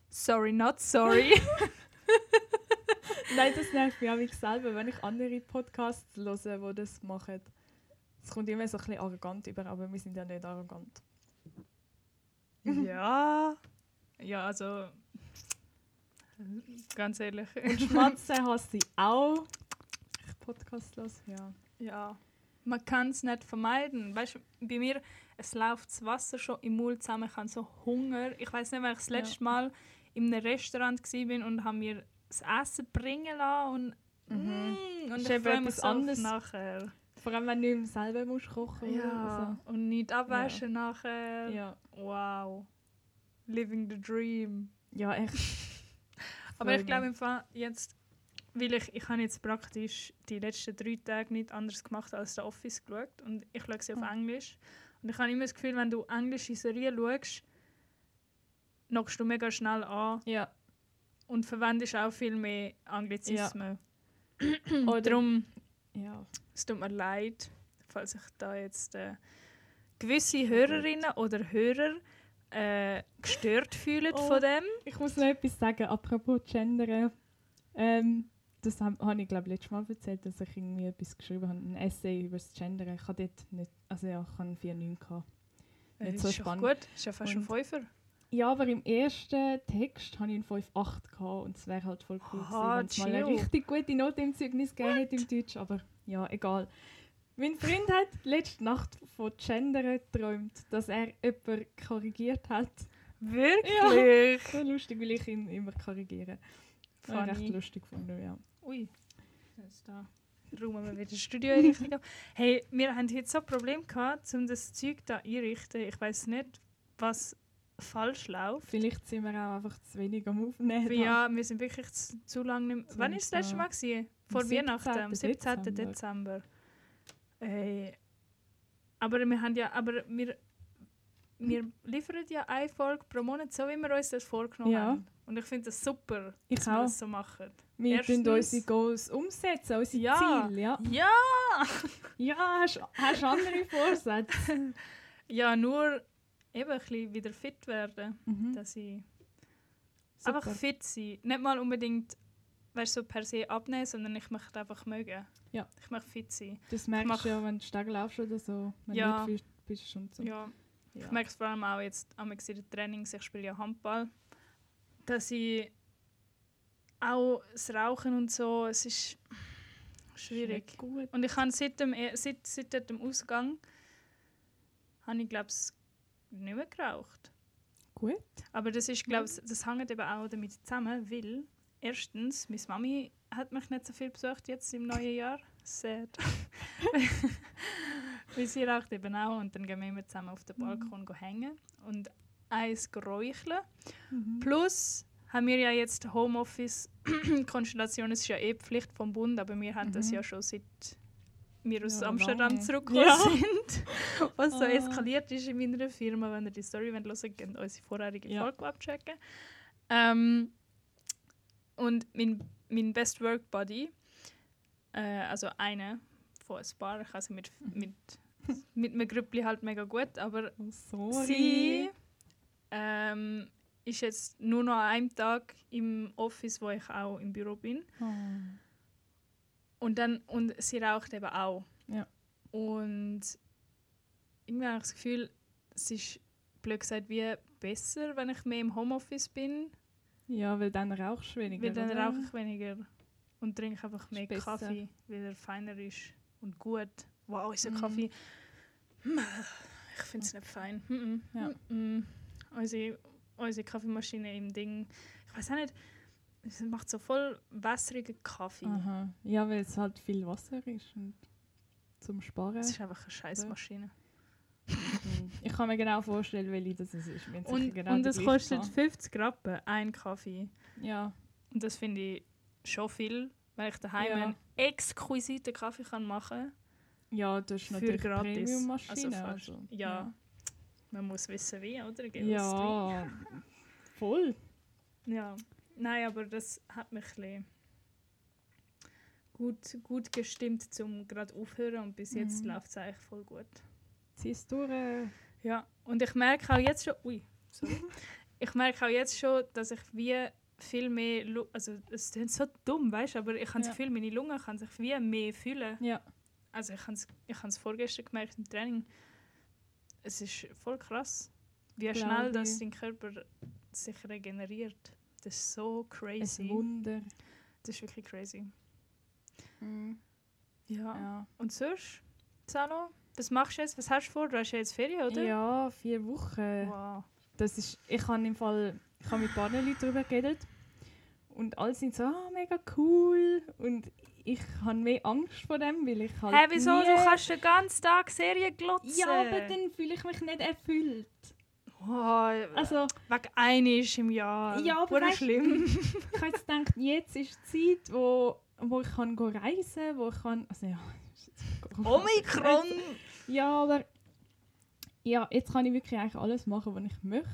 Speaker 2: Sorry, not sorry.
Speaker 3: Nein, das nervt mich auch mich selber, wenn ich andere Podcasts höre, die das machen. Es kommt immer so ein bisschen arrogant über, aber wir sind ja nicht arrogant.
Speaker 2: ja. Ja, also. Ganz ehrlich.
Speaker 3: Schmatzen hasse ich auch. Ich Podcast höre, ja.
Speaker 2: Ja, man kann es nicht vermeiden. Weißt du, bei mir, es läuft das Wasser schon im Mund zusammen, ich habe so Hunger. Ich weiß nicht, wenn ich das
Speaker 3: Ja.
Speaker 2: letzte Mal in einem Restaurant war und haben mir das Essen bringen lassen und,
Speaker 3: Mhm.
Speaker 2: mm, und
Speaker 3: Ist
Speaker 2: ich
Speaker 3: eben
Speaker 2: freue mich
Speaker 3: etwas
Speaker 2: so auf
Speaker 3: anderes.
Speaker 2: nachher.
Speaker 3: Vor allem, wenn du nicht mehr selber musst kochen
Speaker 2: Ja, und nicht abwaschen nachher.
Speaker 3: Also, ja.
Speaker 2: Wow. Living the dream.
Speaker 3: ja, echt.
Speaker 2: Aber ich
Speaker 3: mich.
Speaker 2: glaube im Fall jetzt, weil ich, ich habe jetzt praktisch die letzten drei Tage nicht anders gemacht als der Office geschaut und ich schaue sie auf
Speaker 3: Ah.
Speaker 2: Englisch. Und ich habe immer das Gefühl, wenn du englische Serien schaust, knockst du mega schnell an
Speaker 3: Ja.
Speaker 2: und verwendest auch viel mehr Anglizismen.
Speaker 3: Oder,
Speaker 2: Darum,
Speaker 3: ja.
Speaker 2: es tut mir leid, falls ich da jetzt äh, gewisse Hörerinnen oder Hörer äh, gestört fühlen
Speaker 3: Oh.
Speaker 2: von dem.
Speaker 3: Ich muss noch etwas sagen, apropos Gendern. Ähm, das habe hab ich, glaube letztes Mal erzählt, dass ich irgendwie etwas geschrieben habe, ein Essay über das Gendern. Ich habe dort nicht, also ja, ich habe 4,9 gehabt. Nicht so
Speaker 2: ist doch
Speaker 3: spannend.
Speaker 2: gut, ist ja fast ein
Speaker 3: Und-
Speaker 2: Fünfer.
Speaker 3: Ja, aber im ersten Text hatte ich einen 5,8 gehabt und es wäre halt voll cool
Speaker 2: Aha,
Speaker 3: gewesen, wenn es mal eine
Speaker 2: chill.
Speaker 3: richtig gute Note im Zeugnis gegeben hätte im Deutsch, aber ja, egal. Mein Freund hat letzte Nacht von Gendern geträumt, dass er jemanden korrigiert hat.
Speaker 2: Wirklich?
Speaker 3: So lustig, weil ich ihn immer korrigiere. Habe Oh, ich recht
Speaker 2: Funny.
Speaker 3: lustig gefunden, ja.
Speaker 2: Ui, jetzt da räumen wir wieder das Studio richtig ab. Hey, wir haben heute so ein Problem gehabt, um das Zeug da einrichten. Ich weiß nicht, was falsch läuft.
Speaker 3: Vielleicht sind wir auch einfach zu wenig am Aufnehmen.
Speaker 2: Weil ja, wir sind wirklich zu, zu lange nicht
Speaker 3: Zu
Speaker 2: Wann war
Speaker 3: wenig
Speaker 2: das letzte
Speaker 3: da.
Speaker 2: Mal? Gewesen? Vor
Speaker 3: Am
Speaker 2: Weihnachten, Äh, am
Speaker 3: 17.
Speaker 2: 17. Dezember. Hey. Aber wir haben ja, aber wir, wir liefern ja eine Folge pro Monat, so wie wir uns das vorgenommen
Speaker 3: Ja.
Speaker 2: haben. Und ich finde das super,
Speaker 3: Ich
Speaker 2: dass wir
Speaker 3: auch.
Speaker 2: das so machen.
Speaker 3: Wir tun
Speaker 2: Erstens-
Speaker 3: unsere Goals umsetzen, unsere
Speaker 2: Ja.
Speaker 3: Ziele. Ja,
Speaker 2: Ja!
Speaker 3: ja hast, hast du andere Vorsätze?
Speaker 2: Ja, nur eben ein bisschen wieder fit werden,
Speaker 3: Mhm.
Speaker 2: dass ich
Speaker 3: Super.
Speaker 2: einfach fit sein. Nicht mal unbedingt weißt, so per se abnehmen, sondern ich möchte einfach mögen.
Speaker 3: Ja.
Speaker 2: Ich möchte fit sein.
Speaker 3: das merkst
Speaker 2: mach-
Speaker 3: du ja, wenn du Steg laufst oder so. Wenn
Speaker 2: Ja.
Speaker 3: du nicht fit bist und so.
Speaker 2: Ja.
Speaker 3: Ja.
Speaker 2: Ich merke es vor allem auch jetzt am in den Trainings, ich spiele ja Handball, dass ich auch das Rauchen und so, es ist schwierig.
Speaker 3: Nicht Gut.
Speaker 2: Und ich habe seit dem, eh- seit, seit dem Ausgang, habe ich glaube ich nicht mehr geraucht.
Speaker 3: Gut.
Speaker 2: Aber das ist, glaube ich, das hängt eben auch damit zusammen, weil erstens, meine Mami hat mich nicht so viel besucht jetzt im neuen Jahr. Sad. weil sie raucht eben auch und dann gehen wir immer zusammen auf den Balkon go hängen und eins räucheln.
Speaker 3: Mhm.
Speaker 2: Plus haben wir ja jetzt Homeoffice-Konstellation, es ist ja eh Pflicht vom Bund, aber wir haben das
Speaker 3: Mhm.
Speaker 2: ja schon seit wir aus
Speaker 3: Ja,
Speaker 2: Amsterdam
Speaker 3: lange.
Speaker 2: zurückgekommen
Speaker 3: Ja.
Speaker 2: sind. Was so
Speaker 3: Ah.
Speaker 2: eskaliert ist in meiner Firma, wenn ihr die Story hören wollt, könnt ihr unsere vorherige
Speaker 3: Ja.
Speaker 2: Folge abchecken. Ähm, und mein, mein Best Work Buddy, äh, also eine von ein paar, ich kann sie mit, mit, mit einem Grüppli halt mega gut, aber
Speaker 3: Oh, sorry.
Speaker 2: Sie ähm, ist jetzt nur noch an einem Tag im Office, wo ich auch im Büro bin.
Speaker 3: Oh.
Speaker 2: Und, dann, und sie raucht eben auch.
Speaker 3: Ja.
Speaker 2: Und irgendwie habe ich das Gefühl, es ist blöd gesagt wie besser, wenn ich mehr im Homeoffice bin,
Speaker 3: Ja, weil dann rauchst du weniger.
Speaker 2: weil dann
Speaker 3: oder?
Speaker 2: rauche ich weniger und trinke einfach mehr
Speaker 3: besser.
Speaker 2: Kaffee, weil er feiner ist und gut. Wow, unser
Speaker 3: Mhm.
Speaker 2: Kaffee. Hm, Ich finde es nicht fein. Mhm.
Speaker 3: Ja.
Speaker 2: Mhm. Unsere, unsere Kaffeemaschine im Ding. Ich weiß auch nicht, es macht so voll wässrigen Kaffee.
Speaker 3: Aha. Ja, weil es halt viel Wasser ist und zum Sparen.
Speaker 2: Es ist einfach eine scheiß Maschine.
Speaker 3: Mhm. ich kann mir genau vorstellen, welche das es ist. Wir haben sicher
Speaker 2: Und,
Speaker 3: genau
Speaker 2: und
Speaker 3: die
Speaker 2: es
Speaker 3: gleiche
Speaker 2: kostet
Speaker 3: gehabt.
Speaker 2: 50 Rappen, ein Kaffee.
Speaker 3: Ja,
Speaker 2: Und das finde ich schon viel, weil ich daheim
Speaker 3: Ja.
Speaker 2: einen exquisiten Kaffee kann machen kann.
Speaker 3: ja das ist
Speaker 2: Für
Speaker 3: natürlich
Speaker 2: gratis.
Speaker 3: Premium-Maschine.
Speaker 2: Also fast.
Speaker 3: Also,
Speaker 2: Ja. Man muss wissen, wie, oder?
Speaker 3: Ja.
Speaker 2: Gell, was drin-
Speaker 3: voll.
Speaker 2: ja. Nein, aber das hat mich ein bisschen gut, gut gestimmt, zum gerade aufhören. Und bis jetzt
Speaker 3: Mhm.
Speaker 2: läuft es eigentlich voll gut.
Speaker 3: Ziehst du durch.
Speaker 2: Ja. Und ich merke auch jetzt schon. Ui, sorry. ich merke auch jetzt schon, dass ich wie viel mehr. Lu also, es klingt so dumm, weißt du? Aber ich habe das
Speaker 3: Ja.
Speaker 2: Gefühl, meine Lunge kann sich wie mehr fühlen.
Speaker 3: Ja.
Speaker 2: Also ich habe es ich hab's vorgestern gemerkt im Training. Es ist voll krass, wie
Speaker 3: Glaub
Speaker 2: schnell
Speaker 3: ich.
Speaker 2: das dein Körper sich regeneriert. Das ist so
Speaker 3: Ein
Speaker 2: crazy.
Speaker 3: Wunder.
Speaker 2: Das ist wirklich crazy.
Speaker 3: Mhm.
Speaker 2: Ja.
Speaker 3: Ja.
Speaker 2: Und sonst, Sano, was machst du jetzt? Was hast du vor? Du hast ja jetzt Ferien, oder?
Speaker 3: ja, vier Wochen.
Speaker 2: Wow.
Speaker 3: Das ist, ich habe im Fall, ich habe mit ein paar Leuten darüber geredet und alle sind so, ah, mega cool und ich habe mehr Angst vor dem, weil ich halt
Speaker 2: Hä, wieso?
Speaker 3: nie-
Speaker 2: Du kannst den ganzen Tag Serien glotzen.
Speaker 3: Ja, aber dann fühle ich mich nicht erfüllt.
Speaker 2: Oh,
Speaker 3: Also,
Speaker 2: wegen einer ist im Jahr.
Speaker 3: Ja, aber
Speaker 2: Hure
Speaker 3: weißt-
Speaker 2: Ah, schlimm.
Speaker 3: ich habe jetzt gedacht, jetzt ist die Zeit, wo, wo ich kann go reisen kann, wo ich kann, also ja. ist jetzt-
Speaker 2: Oh Omikron!
Speaker 3: Ja, aber ja, jetzt kann ich wirklich eigentlich alles machen, was ich möchte.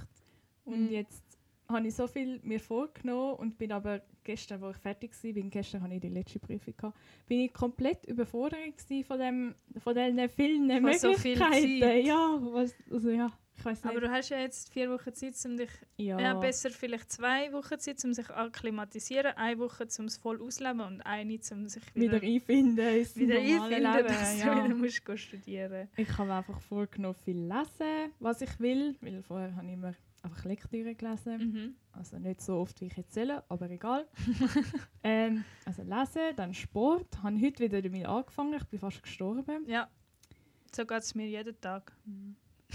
Speaker 3: Und
Speaker 2: Mhm.
Speaker 3: jetzt habe ich so viel mir vorgenommen und bin aber gestern, wo ich fertig war, bin gestern habe ich die letzte Prüfung gehabt, bin ich komplett überfordert gewesen von dem, von diesen vielen
Speaker 2: Von so viel
Speaker 3: Möglichkeiten.
Speaker 2: Zeit.
Speaker 3: ja, was, also ja, ich weiß nicht.
Speaker 2: Aber du hast ja jetzt vier Wochen Zeit, um dich
Speaker 3: ja,
Speaker 2: Ja, besser vielleicht zwei Wochen Zeit, um sich akklimatisieren, eine Woche, um es voll auszuleben und eine, um sich wieder,
Speaker 3: wieder einfinden ins
Speaker 2: wieder
Speaker 3: normale
Speaker 2: einfinden,
Speaker 3: Leben.
Speaker 2: dass
Speaker 3: ja.
Speaker 2: du wieder musst gehen studieren
Speaker 3: Ich habe mir einfach vorgenommen, viel lesen, was ich will, weil vorher habe ich immer einfach Lektüre gelesen.
Speaker 2: mhm.
Speaker 3: Also nicht so oft, wie ich jetzt soll, aber egal. ähm, also lesen, dann Sport. Habe heute wieder damit angefangen. Ich bin fast gestorben.
Speaker 2: Ja, so geht es mir jeden Tag.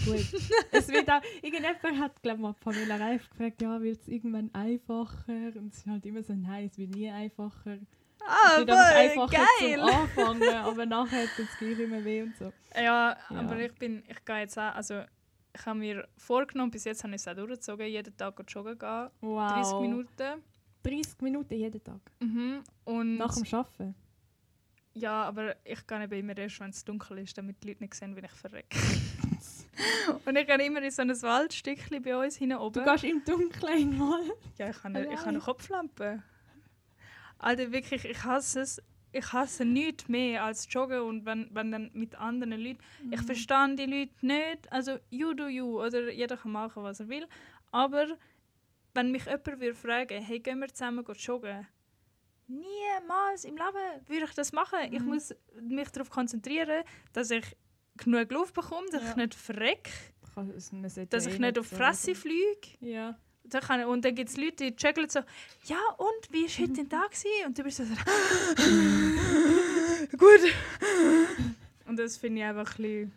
Speaker 3: Gut. es wird auch, irgendjemand hat, glaube ich, mal Pamela Reif gefragt, ja, wird es irgendwann einfacher? Und sie halt immer so, nein, es wird nie einfacher. Es
Speaker 2: Ah,
Speaker 3: wird einfach einfacher zum Anfangen, aber nachher tut es gleich immer weh und so.
Speaker 2: Ja,
Speaker 3: Ja.
Speaker 2: aber ich bin, ich gehe jetzt auch, also ich habe mir vorgenommen, bis jetzt habe ich es auch durchgezogen, jeden Tag joggen gehen,
Speaker 3: Wow.
Speaker 2: 30 Minuten.
Speaker 3: 30 Minuten jeden Tag.
Speaker 2: Mhm. Und
Speaker 3: Nach dem Arbeiten.
Speaker 2: ja, aber ich gehe eben immer erst, wenn es dunkel ist, damit die Leute nicht sehen, wenn ich verrecke. Und ich kann immer in so ein Waldstückchen bei uns hinten
Speaker 3: Du
Speaker 2: oben.
Speaker 3: gehst im Dunkeln mal.
Speaker 2: Ja, ich habe, eine, ich habe
Speaker 3: Allein.
Speaker 2: eine Kopflampe. Alter, wirklich, ich hasse es. Ich hasse nichts mehr als Joggen und wenn, wenn dann mit anderen Leuten. Ich
Speaker 3: Mhm.
Speaker 2: verstehe die Leute nicht. Also, you do you. Oder jeder kann machen, was er will. Aber wenn mich jemand würde fragen hey, gehen wir zusammen go joggen? Niemals im Leben würde ich das machen. Ich
Speaker 3: Mhm.
Speaker 2: muss mich darauf konzentrieren, dass ich genug Luft bekomme, dass
Speaker 3: Ja.
Speaker 2: ich nicht verrecke,
Speaker 3: Man sollte
Speaker 2: dass
Speaker 3: ja eh
Speaker 2: ich nicht auf die
Speaker 3: so
Speaker 2: Fresse
Speaker 3: reden.
Speaker 2: fliege.
Speaker 3: Ja.
Speaker 2: Da kann, und dann gibt es Leute, die checkeln so, ja und, wie war heute dein Tag? Gewesen? Und du bist so, gut. und das finde ich einfach ein bisschen,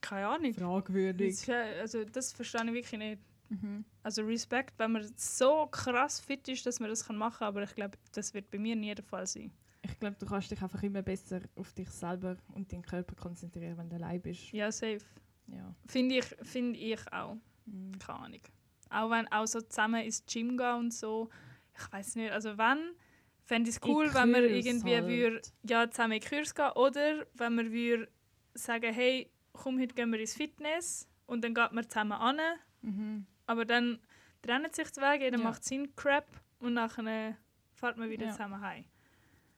Speaker 2: keine Ahnung. Das,
Speaker 3: Fragwürdig.
Speaker 2: ist, äh, also, das verstehe ich wirklich nicht.
Speaker 3: Mhm.
Speaker 2: Also Respekt, wenn man so krass fit ist, dass man das kann machen kann, aber ich glaube, das wird bei mir nie der Fall sein.
Speaker 3: Ich glaube, du kannst dich einfach immer besser auf dich selber und deinen Körper konzentrieren, wenn du allein bist.
Speaker 2: Ja, safe.
Speaker 3: Ja.
Speaker 2: Finde ich, find ich auch.
Speaker 3: Mhm.
Speaker 2: keine Ahnung. Auch wenn auch so zusammen ins Gym gehen und so. Ich weiß nicht. Also wenn, fände ich es
Speaker 3: In
Speaker 2: cool, wenn wir
Speaker 3: Kurs
Speaker 2: irgendwie
Speaker 3: halt.
Speaker 2: würd, ja, zusammen in den Kurs gehen oder wenn wir würd sagen, hey, komm, heute gehen wir ins Fitness und dann geht man zusammen an.
Speaker 3: Mhm.
Speaker 2: Aber dann trennen sich die Wege, jeder
Speaker 3: Ja.
Speaker 2: macht seinen Crap und nachher fährt man wieder
Speaker 3: Ja.
Speaker 2: zusammen heim.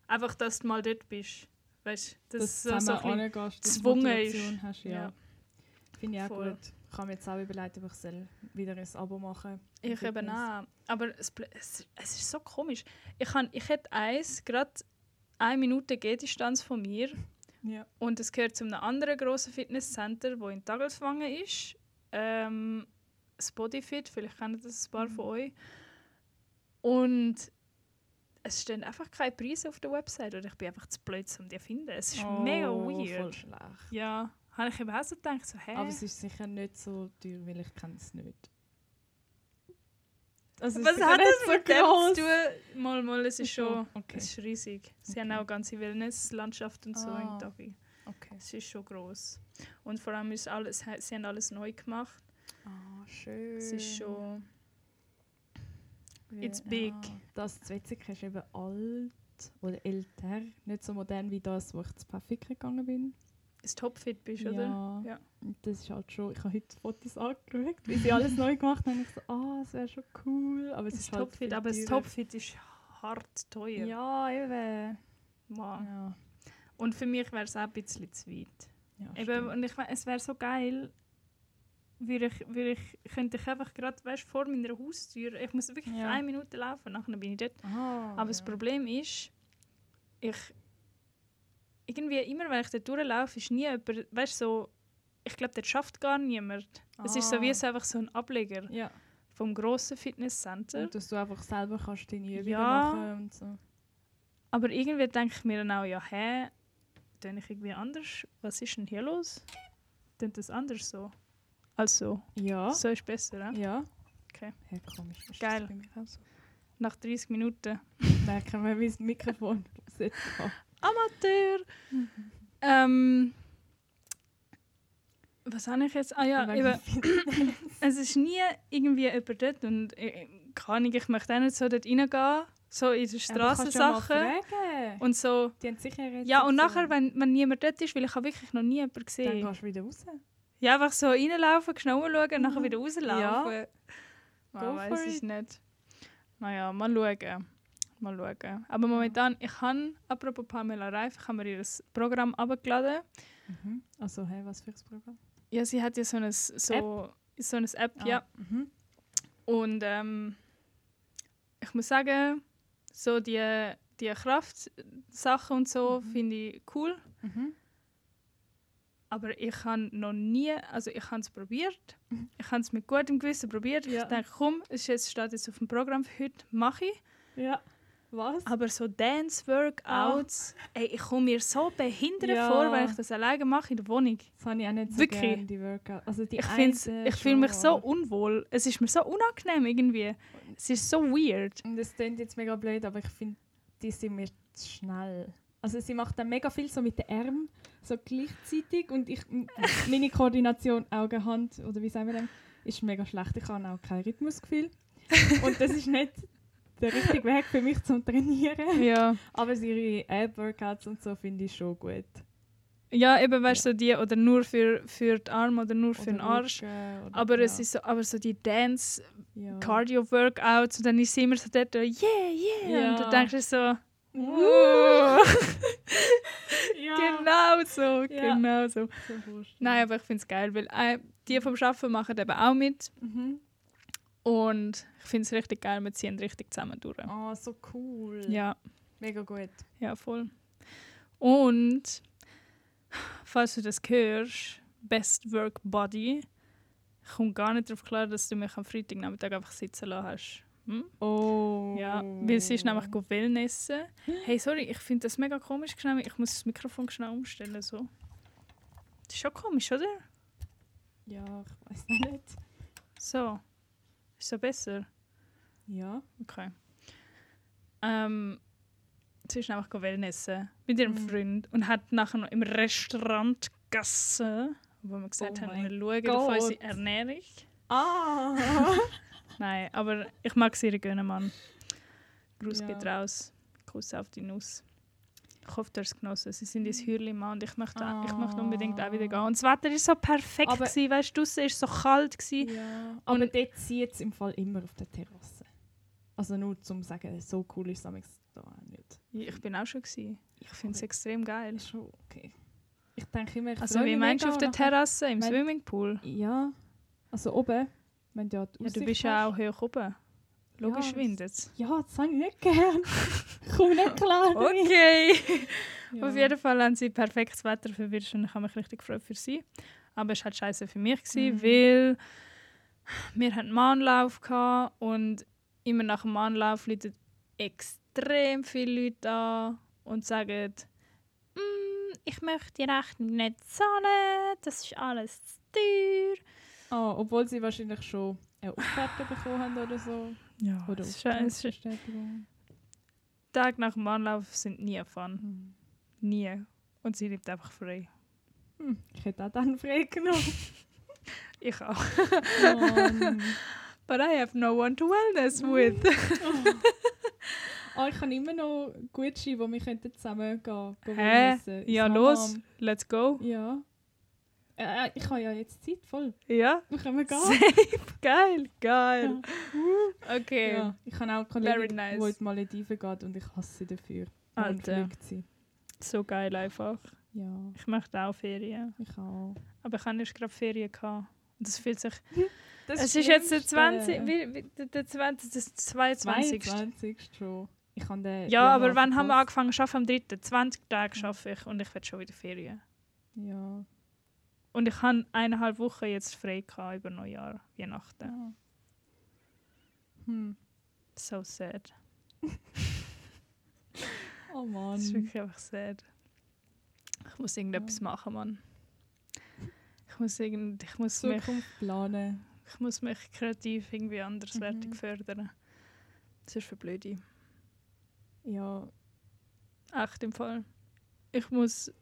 Speaker 2: Einfach, dass du mal dort bist. Weißt du, das
Speaker 3: Dass du
Speaker 2: so, so ein bisschen-
Speaker 3: zusammen angehst, dass du
Speaker 2: gezwungen
Speaker 3: Motivation
Speaker 2: ist.
Speaker 3: Hast, ja.
Speaker 2: Ja.
Speaker 3: Finde ich auch
Speaker 2: Voll.
Speaker 3: gut. Ich kann mir jetzt auch überlegen, ob ich soll wieder ein Abo machen
Speaker 2: Ich eben
Speaker 3: Fitness.
Speaker 2: auch. Aber es, ble- es, es ist so komisch. Ich, han, ich hätte eins, gerade eine Minute Gehdistanz von mir.
Speaker 3: Ja.
Speaker 2: Und es gehört zu einem anderen grossen Fitnesscenter, wo in Tagelswangen ist. Ähm, das Bodyfit, vielleicht kennen das ein paar
Speaker 3: Mhm.
Speaker 2: von euch. Und es stehen einfach keine Preise auf der Website. Oder ich bin einfach zu blöd, um die zu finden. Es ist mega
Speaker 3: Oh, Voll
Speaker 2: weird.
Speaker 3: schlecht.
Speaker 2: Ja, habe ich eben auch so gedacht. So, hä?
Speaker 3: Aber es ist sicher nicht so teuer, weil ich kenne es nicht. Also es
Speaker 2: Was
Speaker 3: ist sicher
Speaker 2: hat
Speaker 3: nicht
Speaker 2: das
Speaker 3: so
Speaker 2: mit dem zu
Speaker 3: gross. Also,
Speaker 2: tun? Mal, mal, es ist
Speaker 3: Ist schon-
Speaker 2: schon
Speaker 3: okay.
Speaker 2: es ist riesig. Sie
Speaker 3: Okay.
Speaker 2: haben auch eine ganze Wellnesslandschaft und so
Speaker 3: Ah.
Speaker 2: in Tagi.
Speaker 3: Okay.
Speaker 2: Es ist schon gross. Und vor allem ist alles, sie haben alles neu gemacht.
Speaker 3: Ah, schön.
Speaker 2: Es ist schon...
Speaker 3: Wie-
Speaker 2: it's big.
Speaker 3: Das in Wetzig ist eben alt oder älter. Nicht so modern wie das, wo ich zu Pfäffiken gegangen bin.
Speaker 2: Ist topfit bist, oder?
Speaker 3: Ja.
Speaker 2: Ja.
Speaker 3: Und Das ist halt schon, ich habe heute Fotos angeschaut, wie sie alles neu gemacht haben. Ich so, ah, es wäre schon cool. Aber es
Speaker 2: Es
Speaker 3: ist,
Speaker 2: ist
Speaker 3: halt
Speaker 2: topfit,
Speaker 3: viel
Speaker 2: aber das
Speaker 3: teurer.
Speaker 2: Topfit ist hart teuer.
Speaker 3: Ja, eben.
Speaker 2: Mann.
Speaker 3: Ja,
Speaker 2: Und für mich wäre es auch ein bisschen zu weit.
Speaker 3: ja
Speaker 2: Eben,
Speaker 3: stimmt.
Speaker 2: und ich, we- es wäre so geil, würde ich, würde ich, könnte ich einfach gerade weißt, vor meiner Haustür, ich muss wirklich
Speaker 3: Ja.
Speaker 2: eine Minute laufen, nachher bin ich dort.
Speaker 3: Ah,
Speaker 2: Aber das
Speaker 3: ja.
Speaker 2: Problem ist, ich irgendwie immer, wenn ich dort durchlaufe, ist nie jemand, weißt so, ich glaube, das schafft gar niemand. Es ist so wie
Speaker 3: Ah.
Speaker 2: so einfach so ein Ableger
Speaker 3: Ja,
Speaker 2: vom grossen Fitnesscenter.
Speaker 3: und dass du einfach selber kannst deine Übungen
Speaker 2: Ja.
Speaker 3: machen und so.
Speaker 2: Aber irgendwie denke ich mir dann auch, ja, hä, töne ich irgendwie anders? Was ist denn hier los? Tönt das anders so? Also,
Speaker 3: Ja.
Speaker 2: so ist besser, ne?
Speaker 3: Ja.
Speaker 2: Okay.
Speaker 3: Ja, komisch. Ist
Speaker 2: Geil.
Speaker 3: Das bei mir auch so?
Speaker 2: Nach 30 Minuten.
Speaker 3: Merken wir, wie das Mikrofon sitzt.
Speaker 2: Amateur! Mhm. ähm, was habe ich jetzt? Ah ja,
Speaker 3: Wegen
Speaker 2: eben, es ist nie irgendwie über dort und äh, keine Ahnung, ich möchte auch nicht so dort reingehen, so in die Straßensachen
Speaker 3: Ja,
Speaker 2: und so.
Speaker 3: die haben sicher eine
Speaker 2: Ja, und
Speaker 3: Rezeption.
Speaker 2: nachher, wenn, wenn niemand dort ist, weil ich habe wirklich noch nie jemanden
Speaker 3: Dann
Speaker 2: gesehen.
Speaker 3: gehst du wieder raus.
Speaker 2: Ja, einfach so reinlaufen, genau schauen, nachher wieder rauslaufen. Ja.
Speaker 3: Go
Speaker 2: Man
Speaker 3: for
Speaker 2: weiß es
Speaker 3: it.
Speaker 2: nicht. Naja, mal schauen. Mal schauen. Aber momentan, ich habe, apropos Pamela Reif, ich habe mir ihr Programm abgeladen.
Speaker 3: Mhm. Also, hey, was für ein Programm?
Speaker 2: Ja, sie hat ja so ein, so, so ein App,
Speaker 3: Ah,
Speaker 2: ja.
Speaker 3: Mhm.
Speaker 2: Und ähm, ich muss sagen, so die, die Kraftsachen und so finde ich cool.
Speaker 3: Mhm.
Speaker 2: Aber ich habe noch nie, also ich habe es probiert. Ich habe es mit gutem Gewissen probiert.
Speaker 3: Mhm. Ja.
Speaker 2: Ich denke, komm, es ist jetzt, steht jetzt auf dem Programm für heute, mache ich.
Speaker 3: Ja. Was?
Speaker 2: Aber so Dance-Workouts, ey, ich komme mir so behindert
Speaker 3: Ah. Ja.
Speaker 2: vor, wenn ich das alleine mache in der Wohnung.
Speaker 3: Das habe ich auch nicht so
Speaker 2: Wirklich?
Speaker 3: gern, die Workout. Also die
Speaker 2: Ich, find's-
Speaker 3: einen
Speaker 2: ich fühle mich
Speaker 3: schon,
Speaker 2: so
Speaker 3: aber-
Speaker 2: unwohl. Es ist mir so unangenehm irgendwie. Es ist so weird.
Speaker 3: Und das klingt jetzt mega blöd, aber ich finde, die sind mir zu schnell. Also sie macht dann mega viel so mit den Armen, so gleichzeitig und ich, m- meine Koordination Augen, Hand oder wie sagen wir dem, ist mega schlecht. Ich habe auch kein Rhythmusgefühl und das ist nicht der richtige Weg für mich zum Trainieren.
Speaker 2: Ja.
Speaker 3: Aber ihre App-Workouts und so finde ich schon gut.
Speaker 2: Ja, eben, weißt du, so die, oder nur für, für den Arm oder nur für
Speaker 3: Oder
Speaker 2: den Arsch.
Speaker 3: Rücken oder-
Speaker 2: Aber
Speaker 3: ja,
Speaker 2: es ist so, aber so die Dance,
Speaker 3: ja.
Speaker 2: Cardio-Workouts und dann ist sie immer so dort, äh, yeah, yeah.
Speaker 3: Ja.
Speaker 2: Und dann denkst du so,
Speaker 3: Uh. ja.
Speaker 2: genau so,
Speaker 3: Ja.
Speaker 2: genau so.
Speaker 3: So wurscht.
Speaker 2: Nein, aber ich finde es geil, weil äh, die vom Schaffen machen eben auch mit.
Speaker 3: Mhm.
Speaker 2: Und ich finde es richtig geil, wir ziehen richtig zusammen durch.
Speaker 3: Ah, so cool.
Speaker 2: Ja,
Speaker 3: Mega gut.
Speaker 2: ja, voll. Und, falls du das hörst, Best Work Body, ich komme gar nicht darauf klar, dass du mich am Freitagnachmittag einfach sitzen lassen hast. Hm?
Speaker 3: Oh.
Speaker 2: Ja, weil sie ist nämlich go Wellnessen. Hey, sorry, ich finde das mega komisch. schnell. Ich muss das Mikrofon schnell umstellen. So. Das ist schon komisch, oder?
Speaker 3: Ja, ich weiß nicht.
Speaker 2: So. Ist so besser.
Speaker 3: Ja.
Speaker 2: Okay. Ähm, sie ist nämlich go Wellnessen mit ihrem
Speaker 3: Mhm.
Speaker 2: Freund und hat nachher noch im Restaurant gegessen, wo wir gesagt
Speaker 3: Oh
Speaker 2: haben,
Speaker 3: mein
Speaker 2: wir schauen auf
Speaker 3: Gott.
Speaker 2: unsere Ernährung.
Speaker 3: Ah.
Speaker 2: Nein, aber ich mag es ihr gönnen, Mann. Gruß
Speaker 3: Ja.
Speaker 2: geht raus. Kuss auf die Nuss. Ich hoffe, du hast es genossen. Sie sind
Speaker 3: Mhm.
Speaker 2: ins Hürli, Mann, und ich möchte, ich möchte unbedingt auch wieder gehen. Und das Wetter war so perfekt.
Speaker 3: Ah. Aber-
Speaker 2: Gewesen, weißt du, draussen war so kalt. Gewesen.
Speaker 3: ja. Aber dort zieht es im Fall immer auf der Terrasse. Also nur zum sagen, so cool ist es amigs da auch nicht.
Speaker 2: Ich bin auch schon. Gewesen. Ich finde es extrem geil.
Speaker 3: Ist schon okay. Ich denke immer, ich
Speaker 2: Also,
Speaker 3: freu
Speaker 2: wie
Speaker 3: mich
Speaker 2: meinst du
Speaker 3: mega
Speaker 2: auf der
Speaker 3: und nachher-
Speaker 2: Terrasse, im
Speaker 3: Mein-
Speaker 2: Swimmingpool?
Speaker 3: Ja. Also oben. Wenn du ja, die
Speaker 2: Ja, du
Speaker 3: Aussicht
Speaker 2: bist ja
Speaker 3: hast.
Speaker 2: auch hoch oben. Logisch
Speaker 3: Ja.
Speaker 2: windet es.
Speaker 3: Ja, das habe ich nicht gern. Ich komme nicht klar. damit.
Speaker 2: Okay!
Speaker 3: Ja.
Speaker 2: Auf jeden Fall haben sie perfektes Wetter für Wirsch und ich habe mich richtig gefreut für sie. Aber es war halt scheiße für mich, gewesen,
Speaker 3: Mhm.
Speaker 2: weil wir hatten Mahnlauf gehabt und immer nach dem Mahnlauf läuten extrem viele Leute an und sagen, «Mm, ich möchte die Rechnung nicht zahlen, das ist alles zu teuer.
Speaker 3: Ah, obwohl sie wahrscheinlich schon eine Offerte bekommen haben oder so.
Speaker 2: Ja,
Speaker 3: Oder
Speaker 2: es Oh, ist, es ist,
Speaker 3: Auftragsbestätigung.
Speaker 2: Tag nach dem Mahnlauf sind nie Fun.
Speaker 3: Hm.
Speaker 2: Nie. Und sie lebt einfach frei.
Speaker 3: Hm, Ich hätte auch dann frei genommen.
Speaker 2: Ich auch.
Speaker 3: Mann.
Speaker 2: But I have no one to wellness with.
Speaker 3: Ah, ich habe immer noch Gutscheine, wo wir könnten zusammen gehen gehen
Speaker 2: Hä?
Speaker 3: essen.
Speaker 2: Ja,
Speaker 3: Ins
Speaker 2: los,
Speaker 3: Hammam.
Speaker 2: let's go.
Speaker 3: Ja. Äh, äh, ich habe ja jetzt Zeit voll.
Speaker 2: Ja,
Speaker 3: Wir können gehen.
Speaker 2: safe. Geil, geil. Okay.
Speaker 3: Ja. Ich habe auch eine
Speaker 2: Very
Speaker 3: Kollegin,
Speaker 2: nice.
Speaker 3: die in die Malediven geht und ich hasse sie dafür. Und
Speaker 2: Alter,
Speaker 3: verrückt sie.
Speaker 2: so geil einfach.
Speaker 3: Ja,
Speaker 2: Ich möchte auch Ferien.
Speaker 3: ich auch.
Speaker 2: Aber ich habe nicht gerade Ferien gehabt. Und Das fühlt sich.
Speaker 3: Das
Speaker 2: es ist jetzt der
Speaker 3: Schlimmste.
Speaker 2: 20. Wie, wie, der- der 20. Das 22.
Speaker 3: 22. schon. Ich kann den
Speaker 2: Ja, aber
Speaker 3: Januar
Speaker 2: wann haben wir
Speaker 3: verpasst.
Speaker 2: angefangen zu arbeiten? Am 3. 20 Tage arbeite ich und ich werde schon wieder Ferien.
Speaker 3: Ja.
Speaker 2: Und ich habe eineinhalb Wochen jetzt frei gehabt über Neujahr, Weihnachten.
Speaker 3: ja. Hm.
Speaker 2: So sad.
Speaker 3: Oh
Speaker 2: Das ist
Speaker 3: Mann.
Speaker 2: wirklich einfach sad. Ich muss irgendetwas machen, Mann. Ich muss, irgend, ich, muss mich,
Speaker 3: Zukunft planen.
Speaker 2: ich muss mich kreativ irgendwie anderswertig
Speaker 3: Mhm.
Speaker 2: fördern. Das ist für blöde.
Speaker 3: Ja.
Speaker 2: Echt im Fall. Ich muss...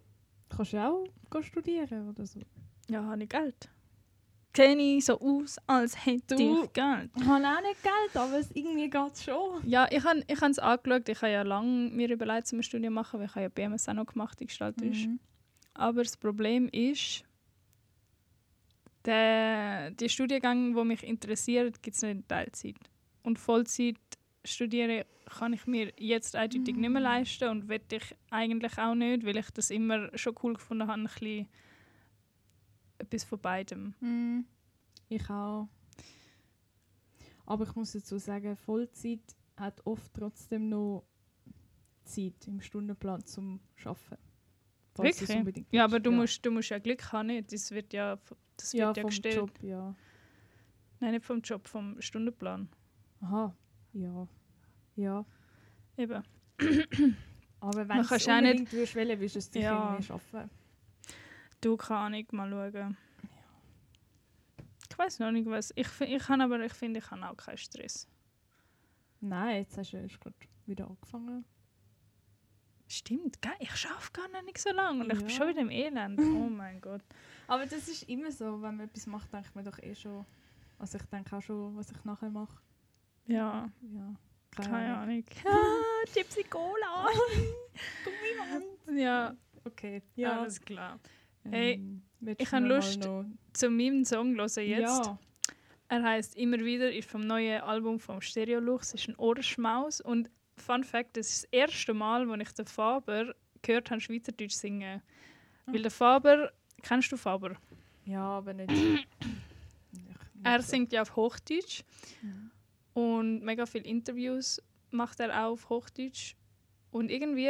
Speaker 3: Kannst du auch gehen studieren oder so?
Speaker 2: Ja, habe ich Geld. Sehe ich so aus, als hätte
Speaker 3: Du-
Speaker 2: ich Geld.
Speaker 3: Ich habe auch nicht Geld, aber es irgendwie geht es schon.
Speaker 2: Ja, ich habe ich es angeschaut. Ich habe ja lange mir überlegt, zum Studium machen, weil ich habe ja BMS auch noch gemacht, die Gestalt ist.
Speaker 3: Mhm.
Speaker 2: Aber das Problem ist, der, die Studiengänge, die mich interessieren, gibt es nicht in Teilzeit. Und Vollzeit studieren kann ich mir jetzt eindeutig nicht
Speaker 3: Mm.
Speaker 2: mehr leisten und will ich eigentlich auch nicht, weil ich das immer schon cool gefunden habe, ein bisschen etwas von beidem.
Speaker 3: Mhm. Ich auch. Aber ich muss dazu sagen, Vollzeit hat oft trotzdem noch Zeit im Stundenplan zum Arbeiten. Falls du es
Speaker 2: Wirklich?
Speaker 3: unbedingt
Speaker 2: Ja,
Speaker 3: willst.
Speaker 2: aber du, Musst, du musst ja Glück haben, nicht? Das wird ja, das wird
Speaker 3: ja,
Speaker 2: ja,
Speaker 3: vom
Speaker 2: gestellt.
Speaker 3: Job, ja.
Speaker 2: Nein, nicht vom Job, vom Stundenplan.
Speaker 3: Aha, ja. Ja.
Speaker 2: Eben.
Speaker 3: Aber wenn
Speaker 2: Man
Speaker 3: du
Speaker 2: kannst
Speaker 3: es
Speaker 2: auch nicht-
Speaker 3: unbedingt würdest wollen, würdest du es sicher
Speaker 2: Ja.
Speaker 3: irgendwie schaffen.
Speaker 2: Du kann ich mal schauen. Ich weiß noch nicht was. Ich, fi- ich kann aber ich finde ich habe auch keinen Stress.
Speaker 3: Nein, jetzt hast du erst gerade wieder angefangen.
Speaker 2: Stimmt, gell? ich schaffe gar noch nicht so lange und ich bin
Speaker 3: Ja.
Speaker 2: schon wieder im Elend. Oh mein Gott.
Speaker 3: Aber das ist immer so, wenn man etwas macht, denkt man doch eh schon. Also ich denke auch schon, was ich nachher mache.
Speaker 2: Ja,
Speaker 3: Ja.
Speaker 1: Ờ,
Speaker 2: keine Ahnung. Ah, Gypsy Cola.
Speaker 3: Gummiwand.
Speaker 2: ja,
Speaker 3: okay.
Speaker 2: Ja. Alles klar. Hey,
Speaker 3: Ähm, willst
Speaker 2: ich
Speaker 3: du
Speaker 2: hab
Speaker 3: noch mal
Speaker 2: Lust-
Speaker 3: noch-
Speaker 2: Zu meinem Song hören jetzt.
Speaker 3: Ja,
Speaker 2: Er heißt immer wieder, ist vom neuen Album vom Stereolux, ist ein Ohrenschmaus. Und Fun Fact, das ist das erste Mal, wo ich den Faber gehört habe, Schweizerdeutsch singen. Weil der Faber, kennst du Faber?
Speaker 3: ja, aber nicht. nicht
Speaker 2: Er
Speaker 3: so.
Speaker 2: singt ja auf Hochdeutsch und mega viele Interviews macht er auch auf Hochdeutsch. Und irgendwie,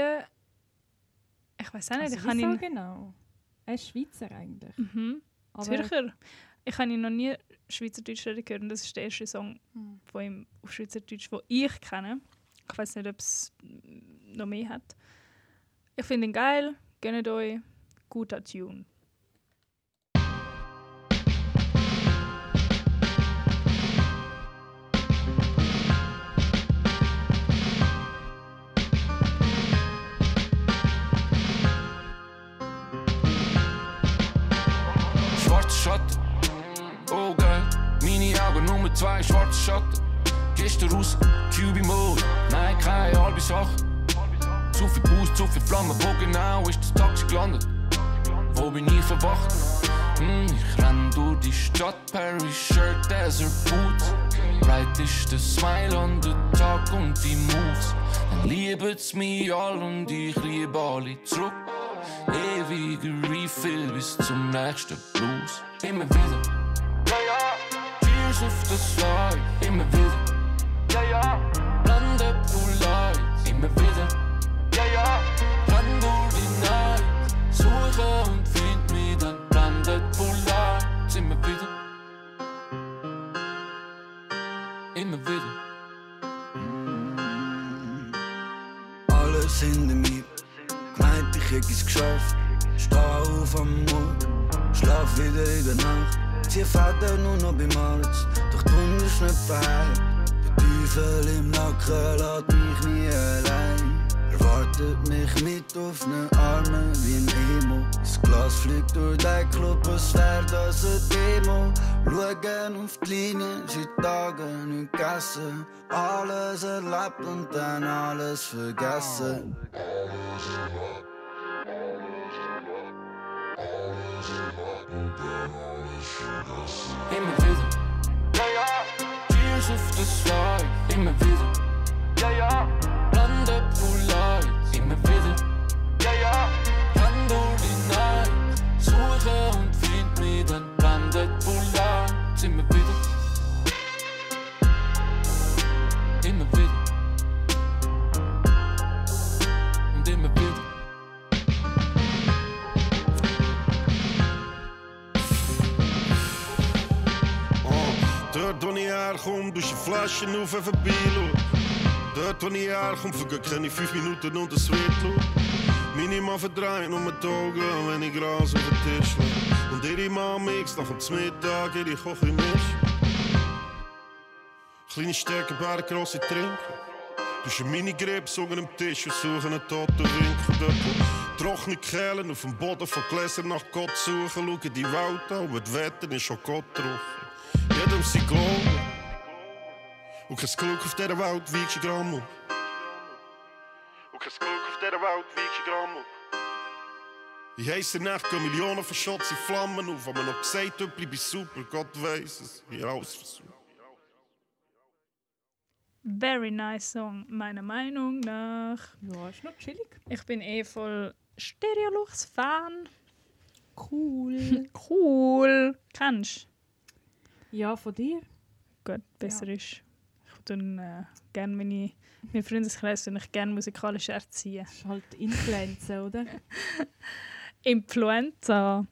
Speaker 2: ich weiß auch nicht,
Speaker 3: Also,
Speaker 2: ich habe
Speaker 3: wieso
Speaker 2: ihn.
Speaker 3: genau. Er ist Schweizer eigentlich.
Speaker 2: Mhm,
Speaker 3: Aber
Speaker 2: Zürcher. Ich habe ihn noch nie Schweizerdeutsch reden gehört und das ist der erste Song
Speaker 3: Hm.
Speaker 2: von ihm auf Schweizerdeutsch, den ich kenne. Ich weiß nicht, ob es mm, noch mehr hat. Ich finde ihn geil, gönnt euch, guter Tune.
Speaker 4: Schwarze Schatten, oh geil. Meine Augen Nummer zwei, schwarze Schatten. Gestern raus, Cubi Mode. Nein, keine halbe Sache. Zu viel Bus, zu viel Flamme. Wo genau ist das Taxi gelandet? Wo bin ich verwacht? Hm, ich renn durch die Stadt, Paris Shirt, Desert Boots. Breit ist der Smile an der Tag und die Moves. Dann liebt's mich all und ich liebe alle zurück. Ewiger Refill bis zum nächsten Blues. Immer wieder. Ja, ja. Tears of the Slide. Immer wieder. Ja, ja. Blende Blue Lights. Immer wieder. Ja, ja. Renn durch die Nacht. Suche und find mich dann. Blende Blue Lights. Immer wieder. Immer wieder.
Speaker 5: Alles hinter mir, gemeint, ich hätte es geschafft. Steh auf am Morgen, schlaf wieder in der Nacht. Zieh Fäden nur noch beim Hals, doch die Wunde ist nicht verheilt. Der Teufel im Nacken lässt mich nie allein. Erwartet mich mit offenen Armen wie ein Emo. Das Glas fliegt durch den Club, als wär das eine Demo. Schauen auf die Linie, seit Tagen nicht gegessen. Alles erlebt und dann alles vergessen.
Speaker 4: Immer wieder. Ja, ja. Tears of the Slide. Immer wieder. Ja, ja. Blende Blue Lights. Immer wieder. Ja, ja. Renn durch die Nacht. Suche und find mich dann. Blende Blue Lights. Immer wieder. Immer wieder. Und immer wieder.
Speaker 6: Dort, wo ich herkomme, tust du Flaschen auf und vorbeischauen. Dort, wo ich herkomme, vergehen keine fünf Minuten und es wird laut. Meine Mann verdreht nur die Augen, wenn ich Gras auf den Tisch leg. Und ihre Mama mixt nach dem Mittag ihre Kochemisch. Kleine Stärke, Bären, grosse Trinken. Tussen Minigrips unter dem Tisch und suchen einen toten Winkel dort. wo Trockene Kehlen auf dem Boden von Gläsern nach Gott suchen, schauen die Welt an, mit Wetter ist schon Gott drauf. Jedem sein Glauben. Und kein Glück auf dieser Welt wiegst du Gramm um. Und kein Glück auf dieser Welt wiegst du Gramm um. Die heisse Nacht gehen Millionen von Shots in Flammen auf, aber noch gesagt, jemand bleibe super, Gott weiß es. Ich hab alles versucht.
Speaker 2: Very nice Song, meiner Meinung nach.
Speaker 3: Ja, ist noch chillig.
Speaker 2: Ich bin eh voll Stereolux-Fan.
Speaker 3: Cool.
Speaker 2: Cool. Kennst du?
Speaker 3: ja, von dir?
Speaker 2: Gut, besser ist. Ich tun äh, gerne meine, meine Freundeskreis und ich gerne musikalisch erziehen.
Speaker 3: Das ist halt Influencer, oder?
Speaker 2: Influenza.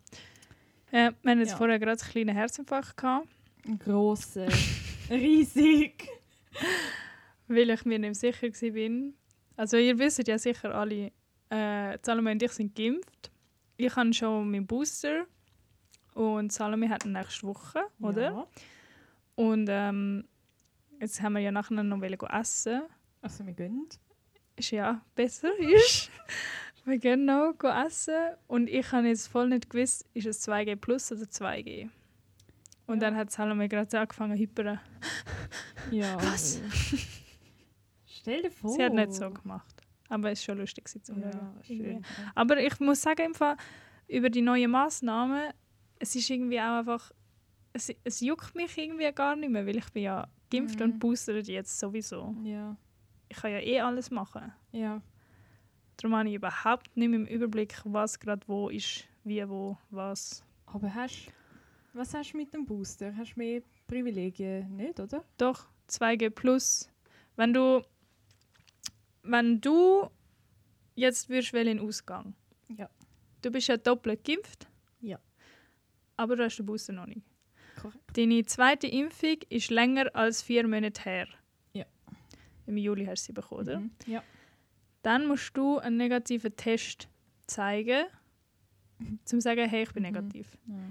Speaker 2: Äh, wir haben jetzt
Speaker 3: Ja.
Speaker 2: vorher gerade einen kleinen Herzinfarkt gehabt,
Speaker 3: Ein grosser. Riesig.
Speaker 2: weil ich mir nicht sicher war. Also ihr wisst ja sicher alle, äh, Salome und ich sind geimpft. Ich habe schon meinen Booster und Salome hat ihn nächste Woche, oder?
Speaker 3: Ja.
Speaker 2: Und ähm, jetzt haben wir ja nachher noch wollen go essen.
Speaker 3: Also, wir gehen.
Speaker 2: Ist ja besser ist. wir gehen noch go essen. Und ich habe jetzt voll nicht gewusst, ist es 2G plus oder 2G. Und dann hat Salome gerade so angefangen zu hypern.
Speaker 3: Ja. oh
Speaker 2: Was?
Speaker 3: Stell dir vor.
Speaker 2: Sie hat nicht so gemacht. Aber es war schon lustig gewesen zum Hören.
Speaker 3: Oh. schön.
Speaker 2: Aber ich muss sagen, im Fall, über die neuen Massnahmen, es ist irgendwie auch einfach, es, es juckt mich irgendwie gar nicht mehr, weil ich bin ja geimpft
Speaker 3: Mhm.
Speaker 2: und boostert jetzt sowieso.
Speaker 3: Ja,
Speaker 2: Ich kann ja eh alles machen.
Speaker 3: ja,
Speaker 2: Darum habe ich überhaupt nicht mehr im Überblick, was gerade wo ist, wie, wo, was.
Speaker 3: aber hast, was hast du mit dem Booster? Hast du mehr Privilegien nicht, oder?
Speaker 2: Doch, 2G plus. Wenn du, wenn du jetzt würdest wählen in den Ausgang.
Speaker 3: Ja.
Speaker 2: Du bist ja doppelt geimpft.
Speaker 3: Ja.
Speaker 2: Aber du hast den Booster noch nicht.
Speaker 3: Korrekt.
Speaker 2: Deine zweite Impfung ist länger als vier Monate her.
Speaker 3: Ja.
Speaker 2: Im Juli hast du sie bekommen, oder?
Speaker 3: Mhm. Ja.
Speaker 2: Dann musst du einen negativen Test zeigen, um zu sagen, hey, ich bin negativ.
Speaker 3: Mhm. Ja.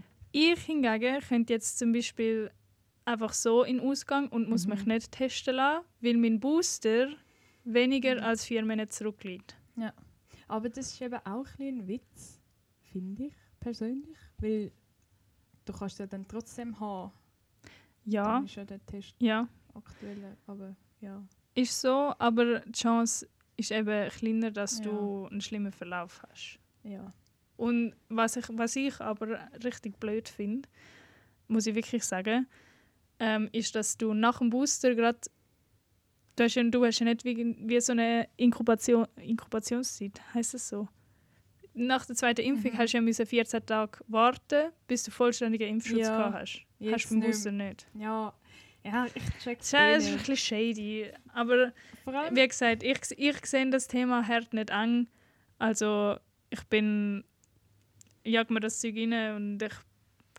Speaker 2: Ich hingegen könnte jetzt zum Beispiel einfach so in den Ausgang und muss
Speaker 3: Mhm.
Speaker 2: mich nicht testen lassen, weil mein Booster
Speaker 3: Mhm.
Speaker 2: weniger als vier Monate zurückliegt.
Speaker 3: Aber das ist eben auch ein bisschen ein Witz, finde ich persönlich, weil du kannst ja dann trotzdem haben.
Speaker 2: Ja,
Speaker 3: Dann ist ja der Test
Speaker 2: ja,
Speaker 3: aktueller, aber ja.
Speaker 2: ist so, aber die Chance ist eben kleiner, dass
Speaker 3: Ja.
Speaker 2: du einen schlimmen Verlauf hast.
Speaker 3: Ja.
Speaker 2: Und was ich, was ich aber richtig blöd finde, muss ich wirklich sagen, ähm, ist, dass du nach dem Booster gerade. Du hast ja, du hast ja nicht wie, wie so eine Inkubation, Inkubationszeit, heißt es so. Nach der zweiten Impfung
Speaker 3: Mhm.
Speaker 2: hast du ja müssen 14 Tage warten, bis du vollständigen Impfschutz
Speaker 3: Ja,
Speaker 2: gehabt hast. Hast
Speaker 3: jetzt
Speaker 2: du beim
Speaker 3: nicht
Speaker 2: Booster nicht.
Speaker 3: Ja, ja ich check's
Speaker 2: Das ist, äh,
Speaker 3: eh
Speaker 2: ist ein
Speaker 3: nicht.
Speaker 2: bisschen shady. Aber
Speaker 3: Vor allem,
Speaker 2: wie gesagt, ich, ich sehe das Thema hart nicht eng. Also ich bin, ich jag mir das Zeug rein und ich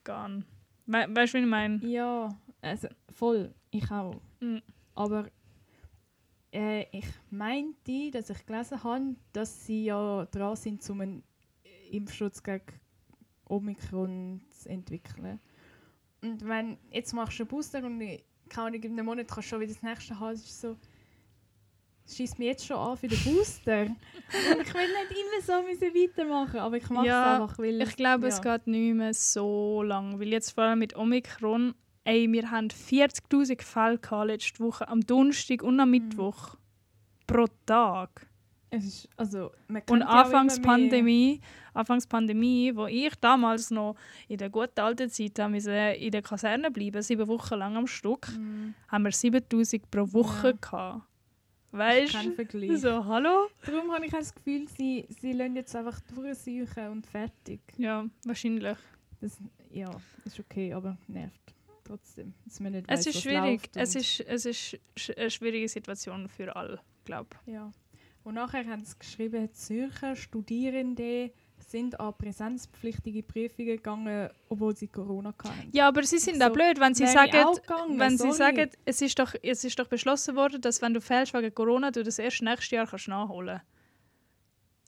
Speaker 2: gehe. We weißt du, wie ich meine?
Speaker 3: ja, also voll, ich auch.
Speaker 2: Mhm.
Speaker 3: Aber äh, ich meinte, dass ich gelesen habe, dass sie ja dran sind, um einen Impfschutz gegen Omikron zu entwickeln. Und wenn jetzt machst du einen Booster und in- keine Ahnung, in einem Monat kannst du schon wieder das nächste haben, es ist so schießt mich jetzt schon an für den Booster. und ich will nicht immer so müssen weitermachen, aber ich mache es
Speaker 2: Ja,
Speaker 3: einfach, weil
Speaker 2: Ich glaube, es
Speaker 3: ja.
Speaker 2: geht nicht mehr so lang, weil jetzt vor allem mit Omikron, ey, wir haben 40'000 Fälle gehabt letzte Woche, am Donnerstag und am Mittwoch. Pro Tag.
Speaker 3: Es ist, also, man
Speaker 2: Und
Speaker 3: kennt ja auch
Speaker 2: anfangs
Speaker 3: immer mehr-
Speaker 2: Pandemie, anfangs Pandemie, wo ich damals noch in der guten alten Zeit haben müssen in der Kaserne bleiben, sieben Wochen lang am Stück,
Speaker 3: Mm.
Speaker 2: haben wir 7000 pro Woche
Speaker 3: Ja.
Speaker 2: gehabt.
Speaker 3: Kein
Speaker 2: Weißt du?
Speaker 3: Vergleich.
Speaker 2: So, hallo?
Speaker 3: Darum habe ich auch das Gefühl, sie, sie lassen jetzt einfach durchsuchen und fertig.
Speaker 2: Ja, wahrscheinlich.
Speaker 3: Das, ja, ist okay, aber nervt trotzdem. Dass man nicht
Speaker 2: es
Speaker 3: weiss,
Speaker 2: ist
Speaker 3: was
Speaker 2: schwierig.
Speaker 3: läuft
Speaker 2: Es
Speaker 3: und-
Speaker 2: ist, es ist sch- eine schwierige Situation für alle, glaube
Speaker 3: Ja. Und nachher haben sie geschrieben, Zürcher Studierende sind an präsenzpflichtige Prüfungen gegangen, obwohl sie Corona hatten.
Speaker 2: Ja, aber sie sind auch
Speaker 3: So,
Speaker 2: blöd, wenn sie
Speaker 3: wäre ich
Speaker 2: sagen,
Speaker 3: Also, auch gegangen,
Speaker 2: wenn sie
Speaker 3: sorry.
Speaker 2: sagen es, ist doch, es ist doch beschlossen worden, dass wenn du fällst wegen Corona, du das erst nächstes Jahr kannst nachholen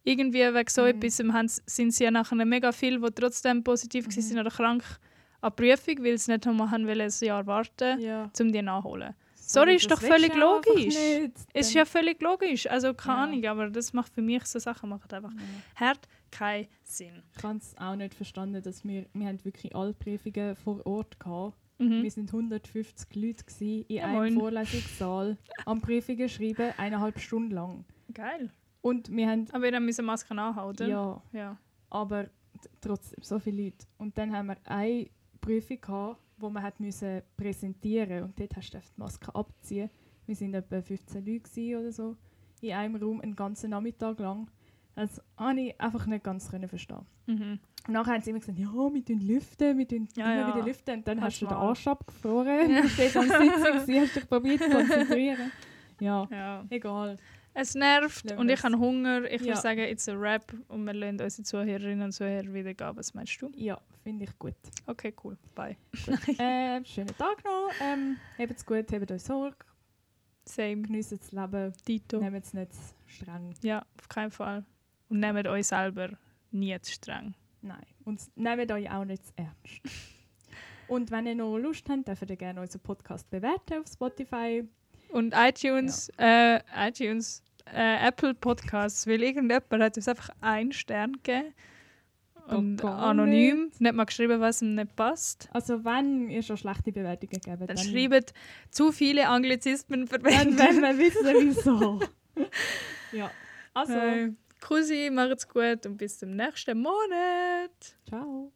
Speaker 2: Irgendwie wegen
Speaker 3: Mhm.
Speaker 2: so etwas haben sie- sind sie ja nachher mega viele, die trotzdem positiv mhm. sind oder krank an die Prüfung, weil sie nicht nochmal haben wollen, ein Jahr warten,
Speaker 3: Ja.
Speaker 2: um die nachholen. Sorry, ist
Speaker 3: das
Speaker 2: doch völlig
Speaker 3: willst du einfach
Speaker 2: logisch.
Speaker 3: nicht.
Speaker 2: Ist
Speaker 3: Dann-
Speaker 2: ja völlig logisch, also keine
Speaker 3: Ja.
Speaker 2: Ahnung, aber das macht für mich so Sachen macht einfach hart keinen Sinn.
Speaker 3: Ich habe es auch nicht verstanden, dass wir, wir haben wirklich alle Prüfungen vor Ort hatten.
Speaker 2: Mhm.
Speaker 3: Wir sind 150 Leute gewesen, in
Speaker 2: Ja,
Speaker 3: einem
Speaker 2: moin.
Speaker 3: Vorlesungssaal am Prüfungen schreiben, eineinhalb Stunden lang.
Speaker 2: Geil.
Speaker 3: Und wir haben,
Speaker 2: Aber ihr müsst Masken anhaben, oder?
Speaker 3: ja,
Speaker 2: ja.
Speaker 3: aber t- trotzdem so viele Leute. Und dann haben wir eine Prüfung gehabt, wo man hat müssen präsentieren und dort hast du die Maske abziehen. Wir sind etwa 15 Leute gewesen oder so in einem Raum einen ganzen Nachmittag lang. Das habe ich einfach nicht ganz können verstehen.
Speaker 2: Mhm.
Speaker 3: Und nachher haben sie immer gesagt, ja, wir tun lüften, wir tun
Speaker 2: Ja,
Speaker 3: immer
Speaker 2: ja.
Speaker 3: wieder lüften. Und dann
Speaker 2: Hast
Speaker 3: hast du den
Speaker 2: mal.
Speaker 3: Arsch abgefroren, du stehst am Sitzen, gewesen, hast dich probiert zu konzentrieren. Ja,
Speaker 2: ja.
Speaker 3: egal.
Speaker 2: Es nervt
Speaker 3: Schlimm
Speaker 2: und ich
Speaker 3: ist-
Speaker 2: habe Hunger. Ich
Speaker 3: Ja.
Speaker 2: würde sagen, it's a wrap und wir lassen unsere Zuhörerinnen und Zuhörer wieder gehen. Was meinst du?
Speaker 3: Ja, finde ich gut.
Speaker 2: Okay, cool. Bye.
Speaker 3: äh, schönen Tag noch. Ähm, habt's gut, habt euch Sorge,
Speaker 2: Same.
Speaker 3: genießt das Leben,
Speaker 2: Dito.
Speaker 3: nehmt es nicht zu streng.
Speaker 2: Ja, auf keinen Fall. Und nehmt euch selber nie zu streng.
Speaker 3: Nein. Und s- nehmt euch auch nicht zu ernst. Und wenn ihr noch Lust habt, dürft ihr gerne unseren Podcast bewerten auf Spotify.
Speaker 2: Und iTunes, äh, iTunes, äh, Apple Podcasts, weil irgendjemand hat uns einfach einen Stern gegeben. Und
Speaker 3: gar
Speaker 2: anonym, nicht. mal geschrieben, was ihm nicht passt.
Speaker 3: Also wenn ihr schon schlechte Bewertungen gebt,
Speaker 2: Dann schreibt zu viele Anglizismen
Speaker 3: Dann
Speaker 2: verwendet.
Speaker 3: werden wir wissen, wieso. ja. Also,
Speaker 2: Hey. Kusi, macht's gut und bis zum nächsten Monat.
Speaker 3: ciao.